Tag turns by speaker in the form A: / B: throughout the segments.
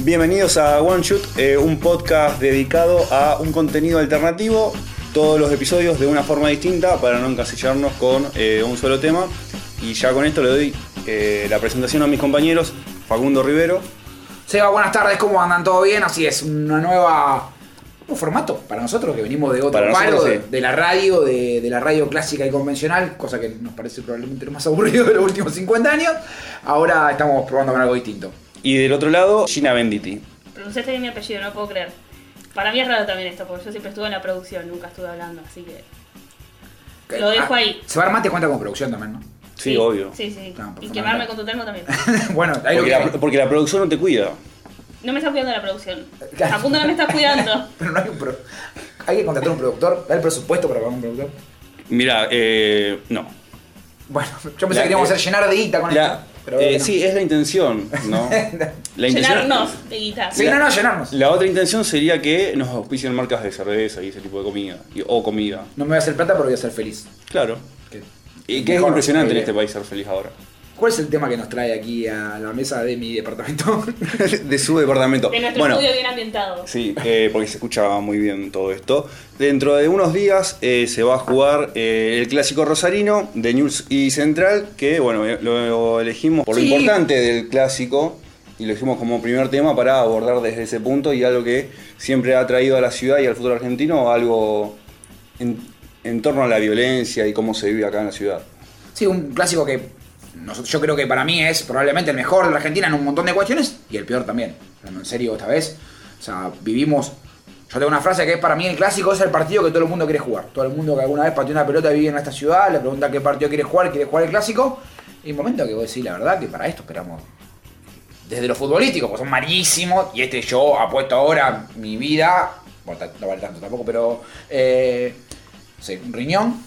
A: Bienvenidos a One Shoot, eh, un podcast dedicado a un contenido alternativo, todos los episodios de una forma distinta para no encasillarnos con eh, un solo tema. Y ya con esto le doy eh, la presentación a mis compañeros, Facundo Rivero.
B: Seba, buenas tardes, ¿cómo andan? ¿Todo bien? Así es, una nueva un nuevo formato para nosotros que venimos de otro
A: Para
B: palo,
A: nosotros,
B: de,
A: sí.
B: de la radio, de, de la radio clásica y convencional, cosa que nos parece probablemente lo más aburrido de los últimos 50 años. Ahora estamos probando con algo distinto.
A: Y del otro lado, Gina Benditi.
C: Pronunciaste bien mi apellido, no puedo creer. Para mí es raro también esto, porque yo siempre estuve en la producción, nunca estuve hablando, así que. Lo dejo ahí.
B: Ah, Seba Armate cuenta con producción también, ¿no?
A: Sí, obvio.
C: Sí, sí.
B: No, por
C: y
B: favor.
C: quemarme con tu termo también.
B: bueno, ahí lo
A: Porque
B: que
A: la, porque la producción no te cuida.
C: No me está cuidando la producción.
B: Claro.
C: Facundo no me está cuidando.
B: Pero no hay un pro... Hay que contratar un productor, dar el presupuesto para pagar un productor.
A: Mirá, eh, no.
B: Bueno, yo pensé que
A: La- eh,
B: queríamos hacer llenar de guita con
A: La-
B: esto. Pero
A: eh,
B: bueno.
A: Sí, es la intención, ¿no? La
C: Llenarnos de guitarra.
B: Sí, no, no, llenarnos.
A: La otra intención sería que nos auspicien marcas de cerveza y ese tipo de comida. y- o comida.
B: No me voy a hacer plata, pero voy a ser feliz.
A: Claro.
B: Que-
A: Y que es
B: Mejor,
A: impresionante en
B: eh,
A: este país ser feliz ahora.
B: ¿Cuál es el tema que nos trae aquí a la mesa de mi departamento?
A: de su departamento.
C: De nuestro
A: bueno,
C: estudio bien ambientado.
A: sí, eh, porque se escucha muy bien todo esto. Dentro de unos días eh, se va a jugar eh, el clásico rosarino de News y Central, que bueno, eh, lo, lo elegimos por
B: Sí.
A: lo importante del clásico. Y lo elegimos como primer tema para abordar desde ese punto y algo que siempre ha traído a la ciudad y al futuro argentino algo en, en torno a la violencia y cómo se vive acá en la ciudad.
B: sí, un clásico que nosotros- yo creo que para mí es probablemente el mejor de la Argentina en un montón de cuestiones y el peor también. Hablando en serio esta vez. O sea, vivimos... Yo tengo una frase que es para mí el clásico es el partido que todo el mundo quiere jugar. Todo el mundo que alguna vez pateó una pelota y vive en esta ciudad, le pregunta qué partido quiere jugar, quiere jugar el clásico. Y un momento que vos decís, la verdad que para esto esperamos desde lo futbolístico, pues son malísimos. Y este yo apuesto ahora mi vida. Bueno, ta- no vale tanto tampoco, pero. Eh, no sé, un riñón.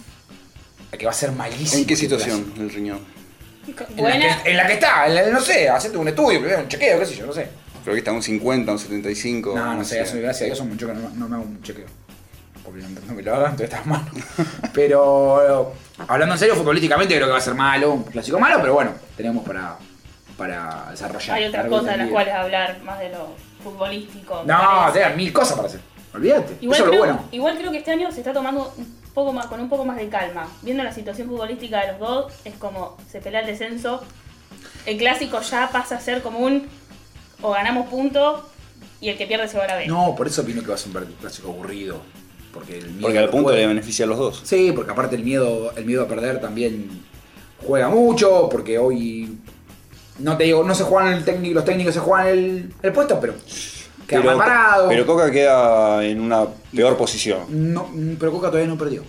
B: a Que va a ser malísimo.
A: ¿En qué
B: este
A: situación el riñón?
B: clásico. En la,
C: Buena.
B: que, en la que está, en la- no sé, hacete un estudio, primero un chequeo, qué sé yo, no sé.
A: Creo que está un 50, un 75.
B: No, no sé, eso, gracias a Dios, un chequeo, no, no me hago un chequeo. Porque no, no me lo hagan, entonces está mal. pero, hablando en serio, futbolísticamente creo que va a ser malo, un clásico malo, pero bueno, tenemos para, para desarrollar.
C: Hay otras
B: largo y
C: cosas de las
B: tendido.
C: cuales hablar, más de lo futbolístico. me
B: No,
C: parece.
B: tengan mil cosas para hacer. Olvídate.
C: Igual
B: Eso es
C: creo,
B: lo bueno.
C: igual creo que este año se está tomando un poco más, con un poco más de calma. Viendo la situación futbolística de los dos, es como se pelea el descenso. El clásico ya pasa a ser como un o ganamos punto y el que pierde se va a la B.
B: No, por eso opino que va a ser un partido clásico aburrido. Porque el miedo.
A: Porque al
B: no
A: punto
B: puede.
A: le beneficia a los dos.
B: Sí, porque aparte el miedo, el miedo a perder también juega mucho. Porque hoy. No te digo, no se juegan el técnico, los técnicos se juegan el, el puesto, pero. Queda mal parado.
A: pero Coca queda en una peor posición.
B: No, pero Coca todavía no perdió.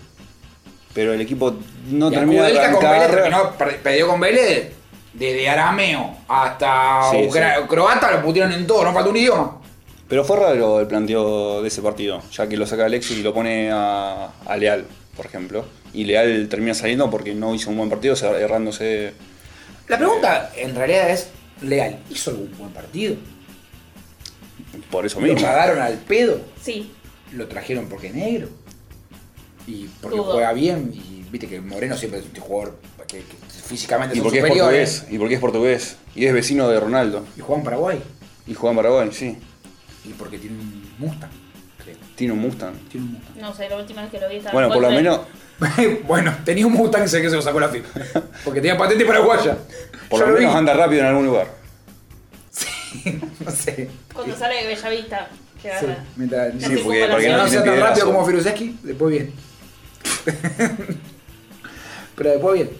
A: Pero el equipo no
B: Y
A: termina de
B: Kudelka con
A: arrancar.
B: Vélez terminó, per- perdió con Vélez desde Arameo hasta
A: Sí,
B: Ucra-
A: sí.
B: Croata, lo pusieron en todo, no falta un idioma.
A: Pero fue raro el planteo de ese partido, ya que lo saca Alexis y lo pone a, a Leal, por ejemplo. Y Leal termina saliendo porque no hizo un buen partido, se- errándose.
B: La pregunta en realidad es legal. ¿Hizo algún buen partido?
A: Por eso
B: Lo
A: mismo.
B: pagaron al pedo,
C: Sí,
B: lo trajeron porque es negro. Y porque
C: Dudo.
B: juega bien. Y viste que Moreno siempre es un jugador que, que físicamente
A: Y
B: son
A: porque es
B: superiores.
A: portugués. Y porque es portugués. Y es vecino de Ronaldo.
B: Y juega en Paraguay.
A: Y juega en Paraguay, sí.
B: Y porque tiene un Mustang, creo.
A: Tiene un Mustang.
B: Tiene un Mustang.
C: no sé, la última vez que lo vi estaba
A: Bueno, por lo
C: fuerte.
A: menos.
B: bueno, tenía un Mustang sé que se lo sacó la FIFA. Porque tenía patente paraguaya.
A: Por
B: Yo
A: lo menos
B: vi.
A: anda rápido en algún lugar.
B: no sé.
C: Cuando sale de Bellavista,
B: Sí,
C: que agarra.
B: mientras-
C: La
A: Sí, porque- porque
B: Si
C: circunvalación.
B: no
A: tiene
B: sea tan
A: piedrazo.
B: rápido como Firuzeski, después bien. Pero después bien.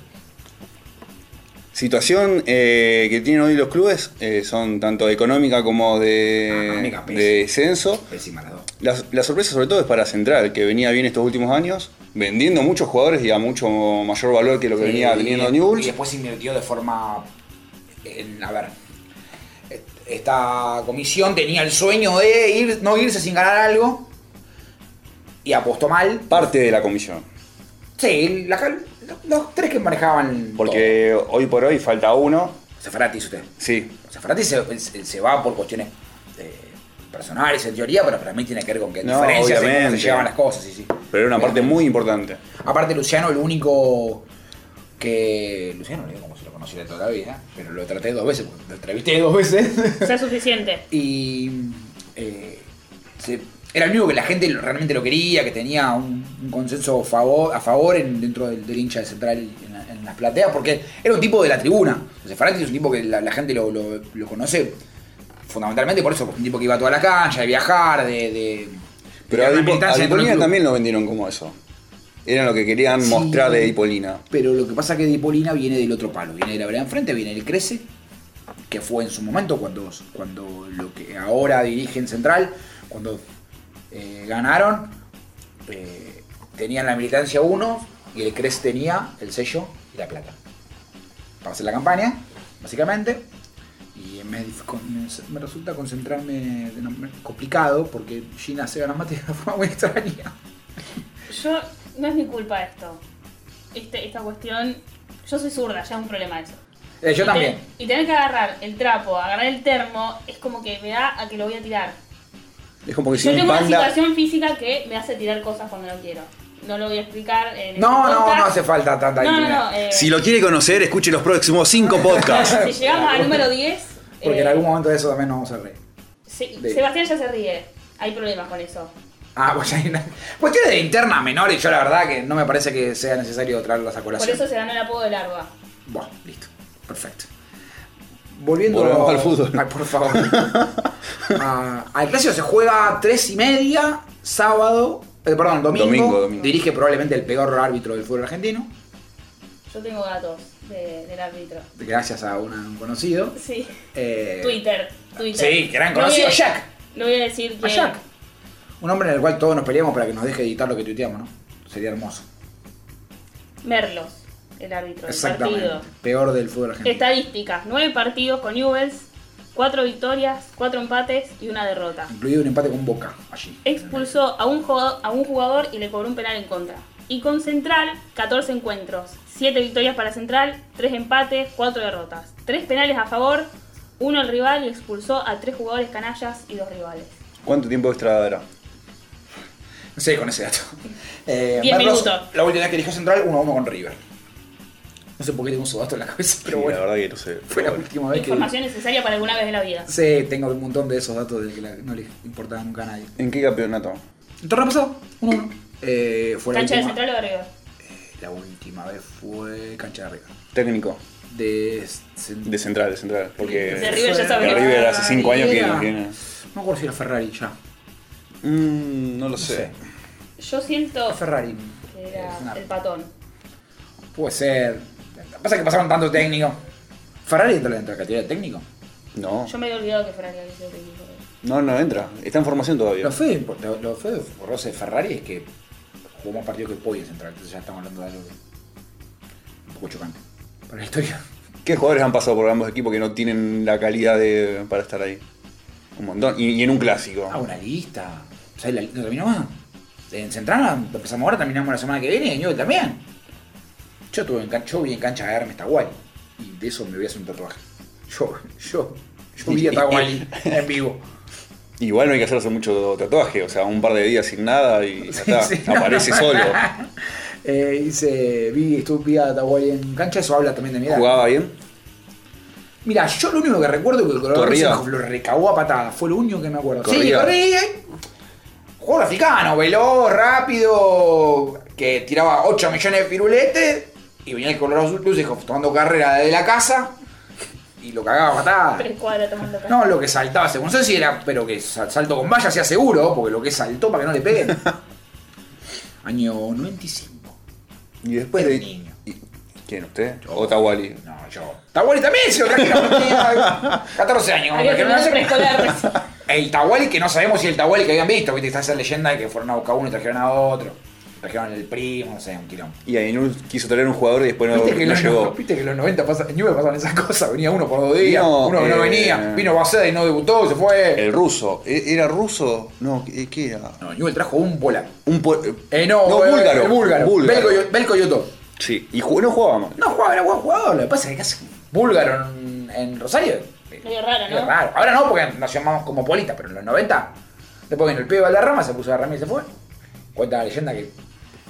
A: Situación eh, que tienen hoy los clubes eh, son tanto económica como
B: Ah,
A: de,
B: económica,
A: de descenso.
B: Pésima las dos.
A: La, la sorpresa sobre todo es para Central, que venía bien estos últimos años, vendiendo muchos jugadores y a mucho mayor valor que lo que
B: Sí,
A: venía
B: y-
A: teniendo
B: Y
A: Newell's.
B: después invirtió de forma. en- a ver. Esta comisión tenía el sueño de ir, no irse sin ganar algo. Y apostó mal.
A: Parte de la comisión.
B: Sí, la cal- los, los tres que manejaban.
A: Porque hoy por hoy falta uno.
B: todo. Seferati, dice usted.
A: Sí,
B: Seferati se, se- se va por cuestiones eh, personales, en teoría, pero para mí tiene que ver con que
A: No,
B: diferencias en cómo
A: obviamente.
B: se llevaban las cosas. Sí, sí.
A: pero era una parte muy importante.
B: Aparte, Luciano, el único que. Luciano, no digo cómo se lo conocí toda la vida, pero lo traté dos veces, porque lo entrevisté dos veces.
C: sea suficiente.
B: y eh, se- era el único que la gente lo- realmente lo quería, que tenía un, un consenso favor- a favor en- dentro del, del hincha de Central en, la- en las plateas, porque era un tipo de la tribuna. O sea, Ferrati es un tipo que la, la gente lo, lo- lo conoce fundamentalmente por eso, porque un tipo que iba a toda la cancha, de viajar, de... de-
A: Pero
B: de
A: a,
B: una
A: Dipo-
B: militancia
A: a
B: dentro del
A: Dipolina
B: club.
A: también lo vendieron como eso. Era lo que querían
B: Sí.
A: mostrar de Dipolina.
B: Pero lo que pasa es que Dipolina viene del otro palo, viene de la vereda enfrente, viene del Crece, que fue en su momento cuando, cuando lo que ahora dirigen Central, cuando eh, ganaron, eh, tenían la militancia 1 y el Crece tenía el sello y la plata. Para hacer la campaña, básicamente. Y me, dif- con- me- me resulta concentrarme de una manera complicado porque Gina se gana mate de una forma muy extraña.
C: Yo, no es mi culpa esto. Este- esta cuestión, yo soy zurda, ya es un problema eso.
B: Eh, yo
C: Y te-
B: también.
C: y tener que agarrar el trapo, agarrar el termo, es como que me da a que lo voy a tirar.
A: Es como que si
C: Yo
A: un
C: tengo una
A: panda.
C: situación física que me hace tirar cosas cuando no quiero. No lo voy a explicar en este
B: No, no,
C: podcast.
B: no hace falta tanta
C: No, no,
B: intimidad.
C: no, eh,
A: Si lo quiere conocer, escuche los próximos cinco podcasts.
C: si llegamos al número 10,
B: Porque
C: eh,
B: en algún momento de eso también nos vamos a reír.
C: se-
B: de-
C: Sebastián ya se ríe. Hay problemas con eso.
B: Ah, pues hay una... Cuestiones de interna menores, yo la verdad que no me parece que sea necesario traerlas a
C: Por
B: colación.
C: eso se ganó el apodo de larva.
B: Bueno, listo. Perfecto. Volviendo
A: Volvemos al fútbol.
B: Ay, por favor. Ah, al clásico se juega a tres y media, sábado, eh, perdón, domingo.
A: Domingo, domingo.
B: Dirige probablemente el peor árbitro del fútbol argentino,
C: Yo tengo datos de- del árbitro.
B: gracias a una- un conocido.
C: Sí.
B: Eh,
C: Twitter, Twitter.
B: Sí, que eran
C: No voy a-
B: conocidos. Jack.
C: No voy a decir
B: A
C: que.
B: Jack. Un hombre en el cual todos nos peleamos para que nos deje editar lo que tuiteamos, ¿no? Sería hermoso.
C: Merlos, el árbitro del
B: Exactamente.
C: partido.
B: Peor del fútbol argentino.
C: Estadísticas: 9 partidos con Newells, 4 victorias, 4 empates y una derrota.
B: Incluido un empate con Boca allí.
C: Expulsó a un, jugador, a un jugador y le cobró un penal en contra. Y con Central, 14 encuentros. 7 victorias para Central, 3 empates, 4 derrotas. 3 penales a favor, 1 al rival y expulsó a 3 jugadores canallas y 2 rivales.
A: ¿Cuánto tiempo extra dará?
B: No sé con ese dato. Eh,
C: Diez
B: Merlos,
C: minutos.
B: La última vez que eligió Central, 1 a 1 con River. No sé por qué tengo su dato en la cabeza, pero
A: Sí,
B: bueno.
A: La verdad que no sé.
B: Fue la
A: Bueno.
B: última vez que.
C: Información necesaria para alguna vez de la vida.
B: Sí, tengo un montón de esos datos de que la- no le importaba nunca a nadie.
A: ¿En qué campeonato?
B: El torneo pasado, 1 a 1. Eh, fue la
C: Cancha de
B: última,
C: Central o de River.
B: eh, la última vez fue Cancha de River.
A: Técnico.
B: De. Cent-
A: De central, de central. Porque
C: De River ya
A: de
C: sabemos.
A: River hace cinco años que
B: Era-
A: no viene.
B: No me acuerdo si era Ferrari ya.
A: Mm, no lo sé.
C: Yo siento
B: Ferrari.
C: que
B: eh,
C: era
B: es una-
C: el patón.
B: Puede ser. Pasa que pasaron tanto técnico. Ferrari entra dentro de la categoría de técnico.
A: No.
C: Yo me había olvidado que Ferrari había sido técnico.
A: No, no entra. Está en formación todavía.
B: Lo feo, de- lo, lo feo de Rosa de Ferrari es que jugó más partidos que el Poy en Central, entonces ya estamos hablando de algo que- un poco chocante para la historia.
A: ¿Qué jugadores han pasado por ambos equipos que no tienen la calidad de, para estar ahí? Un montón. Y, y en un clásico.
B: Ah, una lista. ¿Sabes la lista terminó más? En Central empezamos ahora, terminamos la semana que viene, y en Newell también. Yo estuve en cancha, yo vi en cancha a Hermes Tahuali. Y de eso me voy a hacer un tatuaje. Yo, yo, yo vi a Tahuali en vivo.
A: Igual no hay que hacerse mucho tatuaje. O sea, un par de días sin nada y ya
B: Sí,
A: está.
B: sí,
A: Aparece
B: no.
A: solo.
B: Eh, dice, vi, estuve vi a Tahuali en cancha, eso habla también de mi edad.
A: ¿Jugaba bien?
B: Mira, yo lo único que recuerdo es que el Colorado
A: Corría.
B: Racing lo recagó a patadas. Fue lo único que me acuerdo. Sí,
A: Corría.
B: corría. eh. Jugador africano, veloz, rápido, que tiraba 8 millones de piruletes. Y venía el Colorado Lucejoff tomando carrera de la casa y lo cagaba a patadas.
C: Tres cuadras tomando café.
B: No, lo que saltaba, según no sé si era, pero que sal- salto con valla sea seguro, porque lo que saltó para que no le peguen. Año 95.
A: Y después
B: Era
A: de.
B: un niño.
A: y- ¿Quién? ¿Usted?
B: Yo.
A: ¿O Tawali?
B: No, yo. Tawali también se lo traje una partida. 14 años.
C: Había
B: porque
C: que
B: no
C: tener
B: nace-
C: preescolar recién.
B: El Tawali que no sabemos si el Tawali que habían visto, viste, está esa leyenda de que fueron a buscar uno y trajeron a otro. Trajeron el primo, no sé, un quilombo.
A: Y Ainul quiso traer un jugador y después no,
B: viste, que
A: no
B: los,
A: llegó.
B: viste que en los 90 pasa, en Juve pasaban esas cosas, venía uno por dos días,
A: Vino,
B: uno que no
A: eh,
B: venía, vino Baseda y no debutó, se fue.
A: El ruso. ¿E- ¿Era ruso? No, ¿qué qué era?
B: No, Juve trajo un polar.
A: Un po-
B: Eh, no, eh,
A: búlgaro.
B: el búlgaro.
A: Búlgaro.
B: Belko, Yo- Belko Yotov.
A: Sí, y jugó- no jugaba mal.
B: No jugaba, era buen jugador, lo que pasa es que casi búlgaro en, en Rosario.
C: Medio raro,
B: Medio
C: ¿no?
B: raro. Ahora no, porque nos llamamos cosmopolita, pero en los 90, después vino el pibe de la rama, se puso a rama y se fue. Cuenta la leyenda que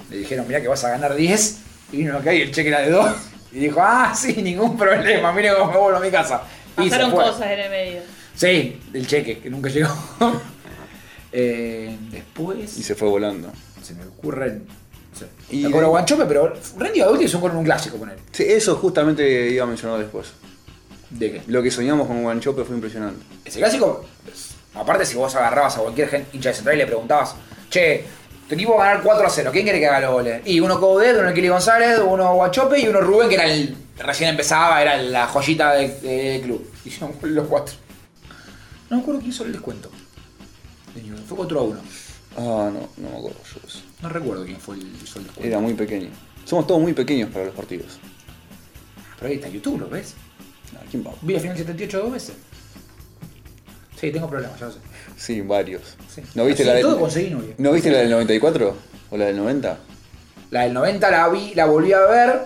B: le dijeron, mirá que vas a ganar 10, y vino acá y el cheque era de 2. Y dijo, ah, sí, ningún problema, mire cómo me vuelvo a mi casa. Y se
C: Pasaron
B: fue.
C: cosas en el medio.
B: Sí, el cheque, que nunca llegó. Eh, después.
A: Y se fue volando.
B: se me ocurren. no sé,
A: Y
B: la Cobra
A: de-
B: Guanchope, pero Randy Gaduti es un con un clásico con él.
A: Sí, eso justamente iba a mencionar después.
B: ¿De qué?
A: Lo que soñamos con Guanchope fue impresionante.
B: Ese clásico, pues, aparte si vos agarrabas a cualquier gen- hincha de central y le preguntabas, che, tu equipo va a ganar 4 a 0, ¿quién quiere que haga los goles? Y uno Coudet, uno Kili González, uno Guanchope y uno Rubén, que era el. recién empezaba, era la joyita de- del club. Y yo los cuatro. No me acuerdo quién hizo el descuento. De Newell's, Fue 4 a 1.
A: Ah, no, no me acuerdo yo de eso.
B: No recuerdo quién fue el, hizo el descuento.
A: Era muy pequeño. Somos todos muy pequeños para los partidos.
B: Pero ahí está YouTube, ¿lo ves?
A: No, ¿Quién va?
B: Vi la final 78 dos veces. Sí, tengo problemas, ya lo sé.
A: Sí, varios.
B: Sí.
A: ¿No viste,
B: Así
A: la,
B: de
A: del...
B: todo conseguí novia.
A: ¿No viste la del 94? ¿O la del 90?
B: La del 90 la vi, la volví a ver.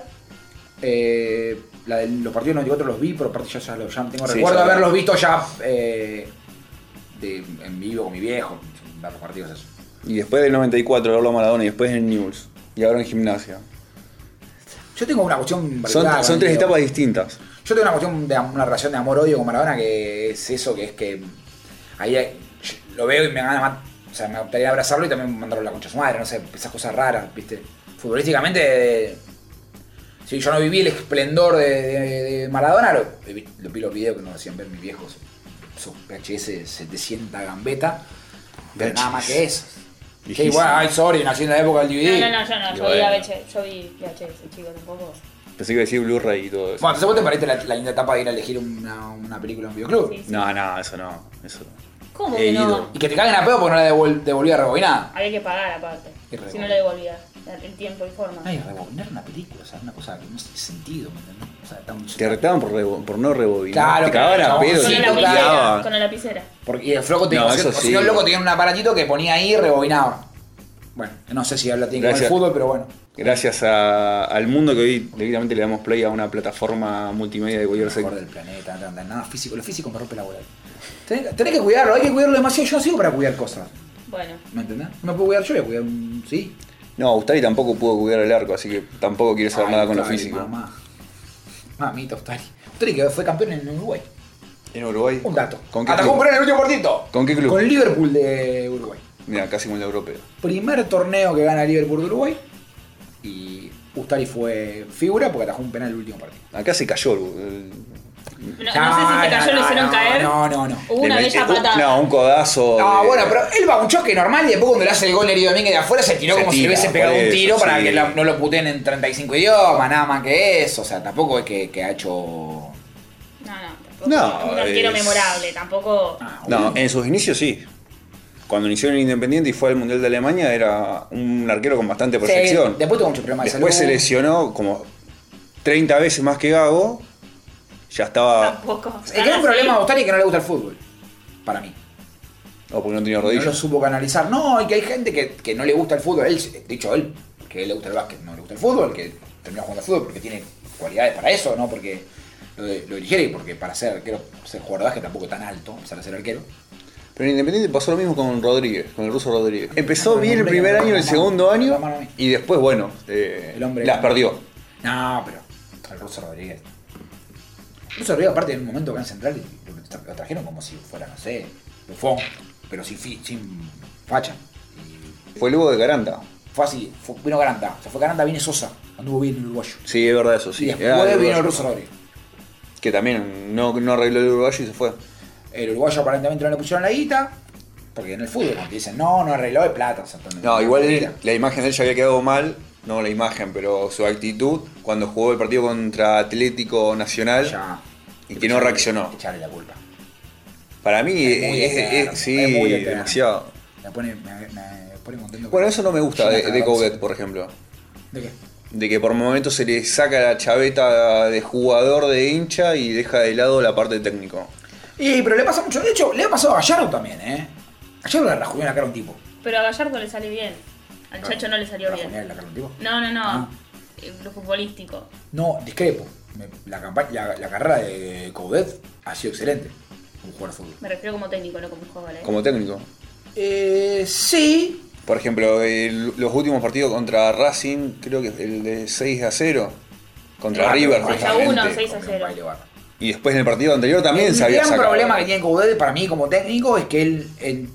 B: Eh, la de los partidos del 94 los vi, pero aparte yo ya, los, ya tengo
A: Sí,
B: recuerdo
A: ya
B: de
A: lo-
B: haberlos visto ya eh, de- en vivo con mi viejo. Ver los partidos eso.
A: Y después del 94, verlo a Maradona y después en News. Y ahora en gimnasia.
B: Yo tengo una cuestión
A: Son,
B: particular
A: son
B: con
A: tres
B: el
A: etapas
B: Diego.
A: distintas.
B: Yo tengo una cuestión de am- una relación de amor-odio con Maradona que es eso, que es que ahí hay- lo veo y me gana más. O sea, me gustaría abrazarlo y también mandarlo a la concha a su madre, no sé, esas cosas raras, ¿viste? Futbolísticamente, eh, si yo no viví el esplendor de, de- de Maradona, lo, vi- lo vi los videos que nos hacían ver mis viejos, esos VHS 700 gambeta, pero nada más que eso. Que
A: Viejísimo.
B: igual, ay, sorry, nací en la época del DVD.
C: No, no, no, yo no. Yo
A: Bueno.
C: vi a VHS, yo vi VHS, chico, tampoco.
A: Pensé que iba a decir Blu-ray y todo eso.
B: Bueno, entonces vos te parece la, la linda etapa de ir a elegir una, una película en un videoclub.
C: Sí, sí.
A: No, no, eso no. Eso no.
C: ¿Cómo
A: He
C: que no?
A: ido.
B: Y que te caguen a pedo porque no la devol- devolví a rebobinar.
C: Había que pagar aparte.
B: Y re
C: Si
B: bueno.
C: no le devolvía el tiempo y forma.
B: Ay, rebobinar una película, o sea, una cosa que no tiene sentido, ¿me entendés? O sea, tan...
A: Te retaban por, rebo- por no rebobinar.
B: Claro,
A: te cagaban
B: claro,
A: a pedo.
C: con,
B: sí,
A: te
C: la lapicera,
A: puteaban.
C: con la lapicera.
B: Porque y el floco tenía,
A: No,
B: o si-
A: eso
B: o si
A: sí.
B: no, el loco tenía un aparatito que ponía ahí y rebobinaba. Bueno, no sé si habla tiene que ver con el
A: Gracias.
B: fútbol, pero bueno.
A: Gracias a- al mundo que hoy directamente le damos play a una plataforma multimedia de cualquier
B: Mejor
A: sector.
B: del planeta, nada, nada, nada físico, lo físico me rompe la bola. Tenés, tenés que cuidarlo, hay que cuidarlo demasiado, yo no sigo para cuidar cosas,
C: Bueno,
B: ¿me entendés? No me puedo cuidar yo, voy a cuidar un... sí.
A: No, Ustari tampoco pudo cuidar el arco, así que tampoco quiere saber
B: Ay,
A: nada con lo
B: Ustari,
A: físico.
B: Mamá. Mamita, Ustari. Ustari que fue campeón en Uruguay.
A: ¿En Uruguay?
B: Un dato.
A: ¿Con qué
B: Atajó un
A: club?
B: penal en el último partido.
A: ¿Con qué club?
B: Con Liverpool de Uruguay.
A: Mira, casi como el europeo.
B: Primer torneo que gana Liverpool de Uruguay. Y Ustari fue figura porque atajó un penal el último partido.
A: Acá se cayó el-
C: no, no sé si se cayó, lo hicieron
B: no,
C: caer.
B: No, no, no.
C: Hubo una
A: el-
C: bella
A: un-
C: patada.
A: No, un codazo.
B: No,
A: de-
B: bueno, pero él va a un choque normal y después cuando le hace el gol Neri Domínguez de afuera se tiró
A: Se
B: como si
A: tira,
B: le hubiese pegado
A: por
B: un
A: eso,
B: tiro para
A: sí.
B: que la- no lo puteen en 35 idiomas, nada más que eso. O sea, tampoco es que, que ha hecho...
C: No, no, tampoco.
A: No,
C: un arquero
A: es-
C: memorable, tampoco.
B: Ah,
A: No,
B: bueno.
A: en sus inicios sí. Cuando inició en el Independiente y fue al Mundial de Alemania, era un arquero con bastante
B: Sí,
A: perfección.
B: después tuvo muchos problemas de salud.
A: Después se lesionó como 30 veces más que Gago. Ya
B: Ah,
A: estaba.
C: Tampoco.
B: El gran problema de Ustari es que no le gusta el fútbol. Para mí.
A: O porque no tenía
B: No lo
A: rodillas.
B: supo canalizar. No, y que hay gente que, que no le gusta el fútbol. Él, de hecho, él, que le gusta el básquet, no le gusta el fútbol, que terminó jugando al fútbol porque tiene cualidades para eso, ¿no? Porque lo, de- lo eligiera y porque para ser arquero, ser jugador de básquet tampoco es tan alto, a pesar de ser arquero.
A: Pero en Independiente pasó lo mismo con Rodríguez, con el ruso Rodríguez.
B: Ah,
A: Empezó bien el primer año, el segundo año. Y después, bueno, eh,
B: El hombre-
A: las perdió.
B: No, pero el Ruso Rodríguez. El Ruso Rodríguez, aparte, en un momento acá en Central lo, tra- lo trajeron como si fuera, no sé, bufón, pero sin, fi- sin facha. Y
A: Fue luego de Garanta.
B: fue así, fue- vino Garanta, se fue Garanta, viene Sosa, anduvo bien el uruguayo.
A: Sí, es verdad eso, sí.
B: y
A: Era
B: después vino
A: uruguayo.
B: el Ruso Rodríguez.
A: Que también no, no arregló el uruguayo y se fue.
B: El uruguayo aparentemente no le pusieron la guita. Porque en el fútbol, cuando te dicen, no, no arregló de plata. o sea, también-
A: No, igual
B: Mira.
A: la imagen de él ya había quedado mal. No la imagen, pero su actitud cuando jugó el partido contra Atlético Nacional.
B: Ya.
A: Y que no reaccionó.
B: Echarle la culpa.
A: Para mí es,
B: muy
A: es-
B: eterno,
A: es- sí,
B: es muy eterno.
A: demasiado.
B: Me pone, me, me pone contento.
A: Bueno, eso no me gusta de, de
B: Jonathan
A: Coudet, por ejemplo.
B: Alonso. ¿De qué?
A: De que por momentos se le saca la chaveta de jugador de hincha y deja de lado la parte técnico.
B: Y, pero le pasa mucho. De hecho, le ha pasado a Gallardo también, ¿eh? Gallardo le rajuñó la cara a un tipo.
C: Pero a Gallardo le salió bien. Al Chacho no le salió
B: Rajuñó
C: bien.
B: la cara a un tipo.
C: No, no,
B: Ah.
C: no. Eh, Lo futbolístico.
B: No, discrepo. Me- La, campa- la, la carrera de Coudet ha sido excelente. Un jugador de fútbol.
C: Me refiero como técnico, no como jugador. ¿eh?
A: Como técnico.
B: Eh, sí.
A: Por ejemplo, el- los últimos partidos contra Racing, creo que el de 6 a 0. Contra
B: Ah,
A: River
B: con
C: Seis a
A: justamente.
C: uno, seis a
B: con
C: cero.
B: Baile Barra.
A: Y después en el partido anterior también se
B: El
A: había
B: gran
A: sacado.
B: problema que tiene Coudet para mí como técnico es que él, él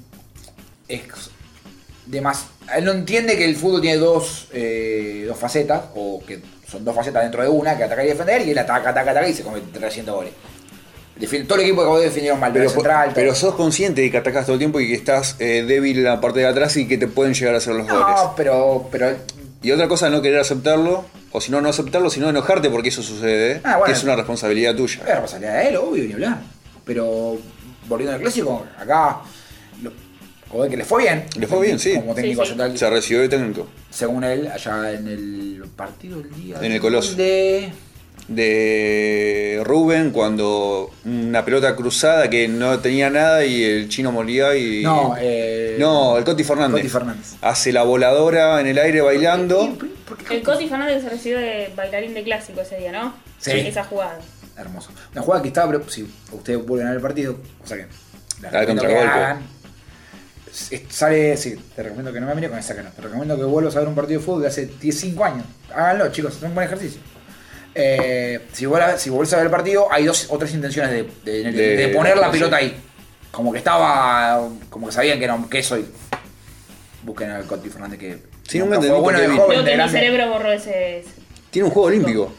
B: es demas- él no entiende que el fútbol tiene dos, eh, dos facetas, o que son dos facetas dentro de una, que atacar y defender, y él ataca, ataca, ataca y se comete 300 goles. Defiende, todo el equipo que Coudet defendieron mal,
A: Pero,
B: pero, central,
A: pero
B: todo.
A: sos consciente de que atacás todo el tiempo y que estás eh, débil en la parte de atrás y que te pueden llegar a hacer los goles.
B: No, pero, pero
A: Y otra cosa, no querer aceptarlo, o si no, no aceptarlo, sino enojarte porque eso sucede, ¿eh?
B: Ah, bueno.
A: que es una responsabilidad tuya.
B: Es responsabilidad de él, obvio, ni hablar. Pero volviendo al clásico, acá. lo- joder, que le fue bien.
A: Le fue bien, sí.
B: Como técnico
C: Sí, sí.
B: central,
A: Se recibió de técnico
B: según él, allá en el partido del día.
A: En el Coloso.
B: De...
A: de Rubén cuando una pelota cruzada que no tenía nada y el chino molía y...
B: No, eh,
A: No, el Coti Fernández.
B: Coti Fernández.
A: Hace la voladora en el aire bailando.
B: ¿Por qué?
C: El Coti Fernández se recibió de bailarín de clásico ese día, ¿no?
B: Sí.
C: Esa jugada.
B: Hermoso. Una jugada que estaba, pero si ustedes vuelven a ver el partido, o sea que. les
A: La del
B: recomiendo que
A: contragolpe.
B: hagan. Es- Sale, sí, te recomiendo que no me mires con esa cara. Te recomiendo que vuelvas a ver un partido de fútbol de hace 15 años. Háganlo, chicos, es un buen ejercicio. Eh, si, vuelves, si vuelves a ver el partido, hay dos o tres intenciones de, de-
A: De-
B: de poner la
A: sí.
B: pelota ahí. Como que estaba. Como que sabían que era un queso y. Busquen al Coti Fernández que.
A: Sí, nunca
B: fue
A: entendí
B: bueno
A: por qué
B: de
A: vino.
B: joven,
C: Creo
B: de
C: que mi
B: grande.
C: cerebro borró ese. ese.
A: Tiene un juego olímpico.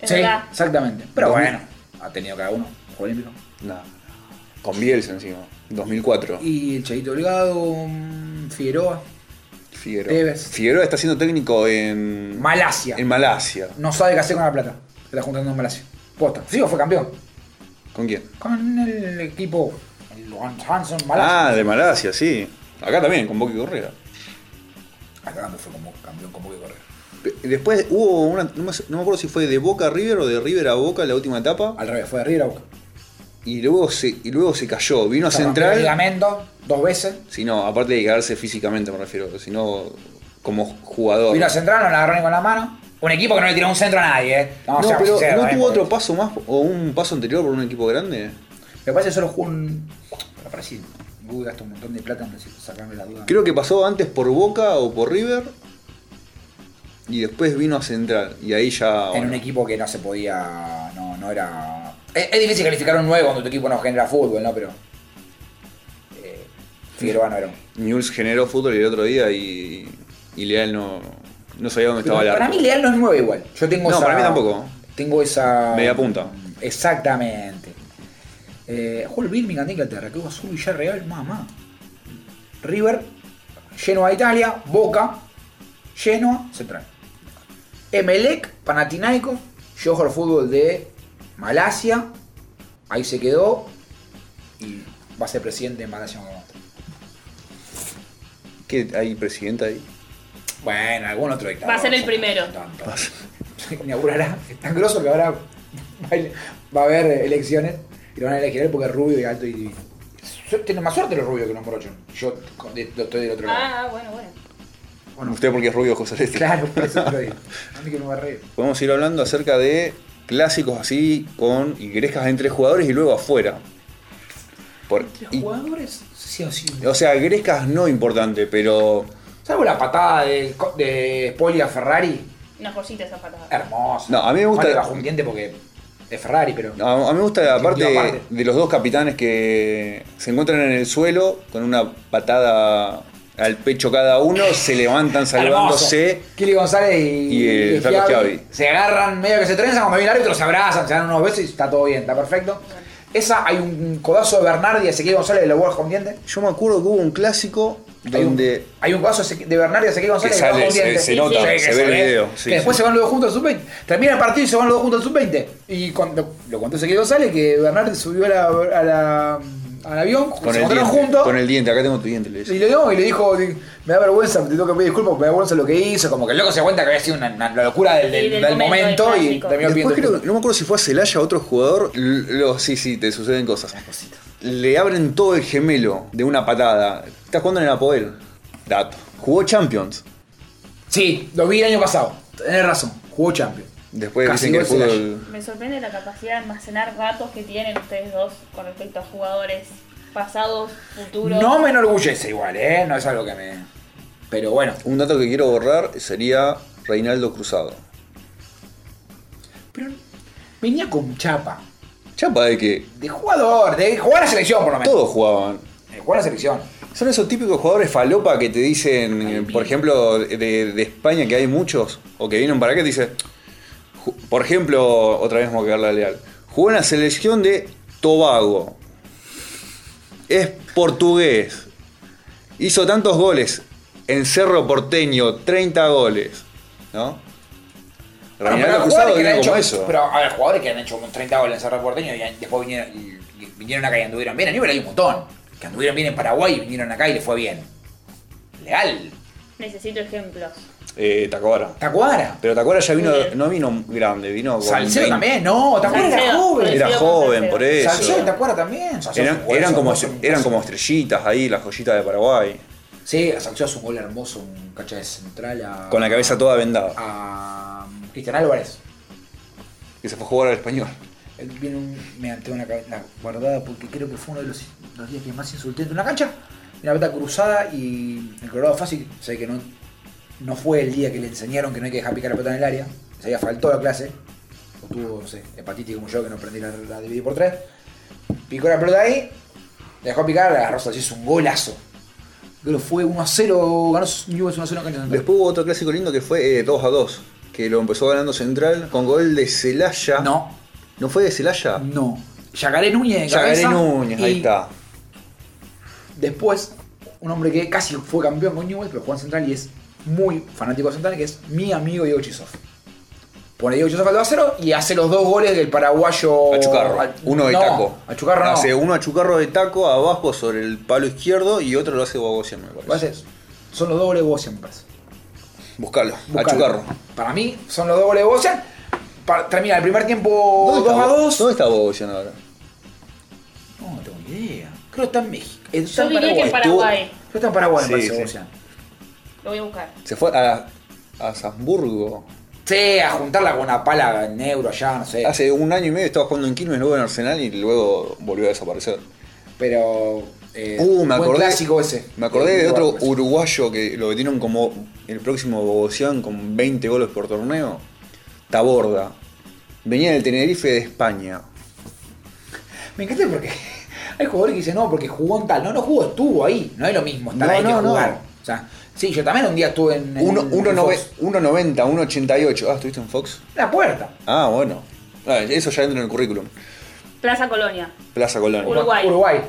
C: Es
B: Sí,
C: verdad.
B: exactamente. Pero
A: Dos mil.
B: bueno, ha tenido cada uno. Juego olímpico.
A: No. Con Bielsa encima. 2004.
B: Y el Chayito Delgado, mm, Figueroa,
A: Figueroa.
B: Tevez.
A: Figueroa está siendo técnico en
B: Malasia.
A: En Malasia.
B: No sabe qué hacer con la plata. Se está juntando en Malasia. Posta. Sí, o fue campeón.
A: ¿Con quién?
B: Con el equipo el Hanson Malasia.
A: Ah, de Malasia, sí. Acá también, con Boca y Correa.
B: Acá también fue como campeón como que correr.
A: Pe- Después hubo una. No me, no me acuerdo si fue de Boca a River o de River a Boca la última etapa.
B: Al revés, fue de River a Boca.
A: Y luego se, y luego se cayó. Vino a
B: Se rompió el
A: Central.
B: ligamento dos veces.
A: Si no, aparte de quedarse físicamente, me refiero. Sino como jugador.
B: Vino a Central, no la agarró ni con la mano. Un equipo que no le tiró un centro a nadie, ¿eh? Vamos a
A: no,
B: ser
A: pero
B: sinceros,
A: ¿no
B: ¿eh?
A: tuvo
B: Porque-
A: otro paso más o un paso anterior por un equipo grande?
B: Me parece que solo jugó un. Me parece que Google gastó un montón de plata en decir- sacarme la duda.
A: Creo que pasó antes por Boca o por River. Y después vino a Central. Y ahí ya.
B: en
A: bueno,
B: un equipo que no se podía. No, no era. Es, es difícil calificar un 9 cuando tu equipo no genera fútbol, ¿no? Pero. eh, Figueroa no era un.
A: Newell's generó fútbol el otro día y. Y Leal no. No sabía dónde estaba el
B: para
A: arco.
B: mí, Leal no es 9 igual. Yo tengo
A: No,
B: esa.
A: para mí tampoco.
B: Tengo esa.
A: Media punta.
B: Exactamente. Eh, jugó el Birmingham de Inglaterra, que hubo su Villarreal, mamá. River, Genoa de Italia, Boca, Genoa, Central. Emelec, Panathinaikos, yo juego al fútbol de Malasia, ahí se quedó y va a ser presidente de Malasia. en algún momento.
A: ¿Qué hay presidenta ahí?
B: Bueno, algún otro dictador.
C: Va a ser el primero.
B: Tanto. Inaugurará. Es tan grosso que ahora va a haber elecciones y lo van a elegir a él porque es rubio y alto y divino. Su- Tiene más suerte los rubios que los morochos. Yo con- de- lo estoy del otro lado.
C: Ah, bueno, bueno.
B: Bueno,
A: Usted porque es rubio José Celeste.
B: Claro, por eso te lo digo. A mí que me va a reír.
A: Podemos ir hablando acerca de clásicos así con ingresas entre jugadores y luego afuera. Por- y-
B: jugadores? Sí o sí.
A: o sea, grescas no importante, pero
B: Salvo la patada de, co- de Poli a Ferrari.
C: Una joyita esa
B: Ah.
C: patada.
B: Hermosa.
A: No, a mí me gusta-
B: Bueno, le bajó un diente porque es Ferrari, pero.
A: a, a mí me gusta la
B: Última
A: parte
B: parte.
A: de los dos capitanes que se encuentran en el suelo con una patada al pecho cada uno, se levantan salvándose.
B: Hermoso. Kili González y,
A: Y el
B: y
A: Flaco
B: Schiavi
A: Schiavi.
B: se agarran, medio que se trenzan, cuando viene el árbitro se abrazan, se dan unos besos y está todo bien, está perfecto. Esa, hay un codazo de Bernardi a Ezequiel González le vuelve con diente.
A: Yo me acuerdo que hubo un clásico
B: Hay un-
A: donde
B: hay un codazo de Bernardi a Ezequiel González
A: Que
B: que le
A: sale,
B: baja un
A: se-
B: diente.
A: se
C: nota,
B: que
A: se ve el video, sí,
B: que después
A: sí.
B: se van los dos juntos al sub-20. Termina el partido y se van los dos juntos al sub-20. Y cuando, lo contó Ezequiel González que Bernardi subió a la, a la- al avión,
A: con
B: se
A: el,
B: encontraron
A: diente,
B: juntos.
A: con el diente, acá tengo tu diente, le dice.
B: Y le, no, y le dijo, di- me da vergüenza, te tengo que pedir disculpas, me da vergüenza lo que hizo, como que el loco se da cuenta que había sido una, una locura del, del-
C: Sí, del
B: del
C: momento,
B: momento,
C: del
B: y
C: clásico.
B: terminó pidiendo
A: Después creo-
B: disculpas.
A: no me acuerdo si fue a Celaya otro jugador. l- Lo, sí, sí, te suceden cosas. Le abren todo el gemelo de una patada. Estás jugando en el Apoel. Dato. Jugó Champions.
B: Sí, lo vi el año pasado, tenés razón, jugó Champions.
A: Después
B: Casi
A: dicen que el
B: gol Celaya.
A: fútbol.
C: Me sorprende la capacidad de almacenar datos que tienen ustedes dos con respecto a jugadores pasados, futuros.
B: No me enorgullece igual, eh, no es algo que me... Pero bueno,
A: Un dato que quiero borrar sería Reinaldo Cruzado.
B: venía con chapa.
A: Chapa de que
B: De jugador, de jugar a la selección por lo menos.
A: todos jugaban.
B: De jugar a la selección.
A: Son esos típicos jugadores falopa que te dicen, eh, por ejemplo, de, de España, que hay muchos, o que vienen para acá, te dicen, ju- por ejemplo, otra vez vamos a quedarla leal, jugó en la selección de Tobago, es portugués, hizo tantos goles, en Cerro Porteño, 30 goles, ¿no?
B: Bueno,
A: Reinaldo
B: pero
A: Cruzado
B: jugadores que
A: viene
B: han
A: como
B: hecho-
A: eso.
B: Pero a ver, jugadores que han hecho un 30 goles en Cerro Porteño y después vinieron, y- y vinieron acá y anduvieron bien. A nivel hay un montón. Que anduvieron bien en Paraguay y vinieron acá y les fue bien. Legal.
C: Necesito ejemplos.
A: Eh, Tacuara.
B: Tacuara.
A: Pero Tacuara ya vino,
C: Bien.
A: no vino grande, vino con
B: Salcedo
A: 20.
B: también, no. Tacuara era
C: Salcedo,
B: joven.
A: Era
C: Salcedo,
A: joven,
C: Salcedo.
A: por eso.
B: Salcedo y Tacuara también. Salcedo
A: Eran,
B: es un golazo,
A: eran como,
B: hermoso, un
A: eran como
B: golazo.
A: estrellitas ahí, las joyitas de Paraguay.
B: Sí, a Salcedo es un gol hermoso, un cacha de central a.
A: Con la cabeza toda vendada.
B: A. um, Cristian Álvarez.
A: Que se fue a jugar al español.
B: Él viene un. Me tengo una cabeza guardada porque creo que fue uno de los, los días que más insulté en una cancha. Una pelota cruzada y el Colorado Fácil, sé que no, no fue el día que le enseñaron que no hay que dejar picar la pelota en el área. Se había faltó la clase. O tuvo, no sé, hepatitis como yo que no aprendí la, la dividir por tres. Picó la pelota ahí, la dejó picar, la agarró Salcedo, hizo un golazo. Creo que fue 1 a 0, ganó Newell's 1 a 0 en cancha central.
A: Después hubo otro clásico lindo que fue eh, 2 a 2. Que lo empezó ganando Central con gol de Celaya.
B: No,
A: ¿No fue de Celaya?
B: no. Yacaré Núñez de
A: Yagaré
B: cabeza
A: Núñez, ahí
B: y
A: está.
B: Después, un hombre que casi fue campeón con Newell, pero juega en Central y es muy fanático de Central, que es mi amigo Diego Chisov. Pone Diego Chisov al 2 a 0 y hace los dos goles del paraguayo.
A: A Chucarro.
B: al-
A: Uno de
B: no,
A: taco.
B: A Chucarro no.
A: Hace uno a Chucarro de taco abajo sobre el palo izquierdo y otro lo hace Bogosian, me
B: Lo
A: parece.
B: hace- Son los dos goles de Bocian, me parece.
A: Buscalo. A
B: Buscalo.
A: Chucarro.
B: Para mí, son los dos goles de Bocian. Pa- termina el primer tiempo 2
A: está
B: a
A: Bo-
B: 2.
A: ¿Dónde está Bogosian ahora?
B: No, no tengo ni idea. Creo que está en México. Está
C: Yo
B: en
C: diría
B: Paraguay.
C: que en Paraguay.
B: Creo que está en Paraguay,
A: Sí,
B: me parece,
A: sí.
B: Bocian.
C: Lo voy a buscar.
A: Se fue a, a Salzburgo. Eh,
B: Sí, a juntarla con una pala en euro allá, no sé.
A: Hace un año y medio estaba jugando en Quilmes, luego en Arsenal y luego volvió a desaparecer.
B: Pero. Eh,
A: Uh, me
B: buen
A: acordé.
B: clásico ese. Eh,
A: Me acordé de otro
B: Uruguay.
A: uruguayo que lo metieron como el próximo Bogosian con 20 goles por torneo. Taborda. Venía del Tenerife de España.
B: Me encanta porque hay jugadores que dicen, no, porque jugó en tal. No, no jugó, estuvo ahí. No es lo mismo estar
A: No,
B: ahí
A: no,
B: que
A: no.
B: jugar. O sea, sí, yo también un día estuve en. en-
A: Uno-
B: en
A: uno
B: Fox.
A: nove- 1.90, 1.88. Ah, ¿estuviste en Fox?
B: La puerta.
A: Ah, bueno. Ah, eso ya entra en el currículum.
C: Plaza Colonia.
A: Plaza Colonia.
C: Uruguay.
B: Uruguay.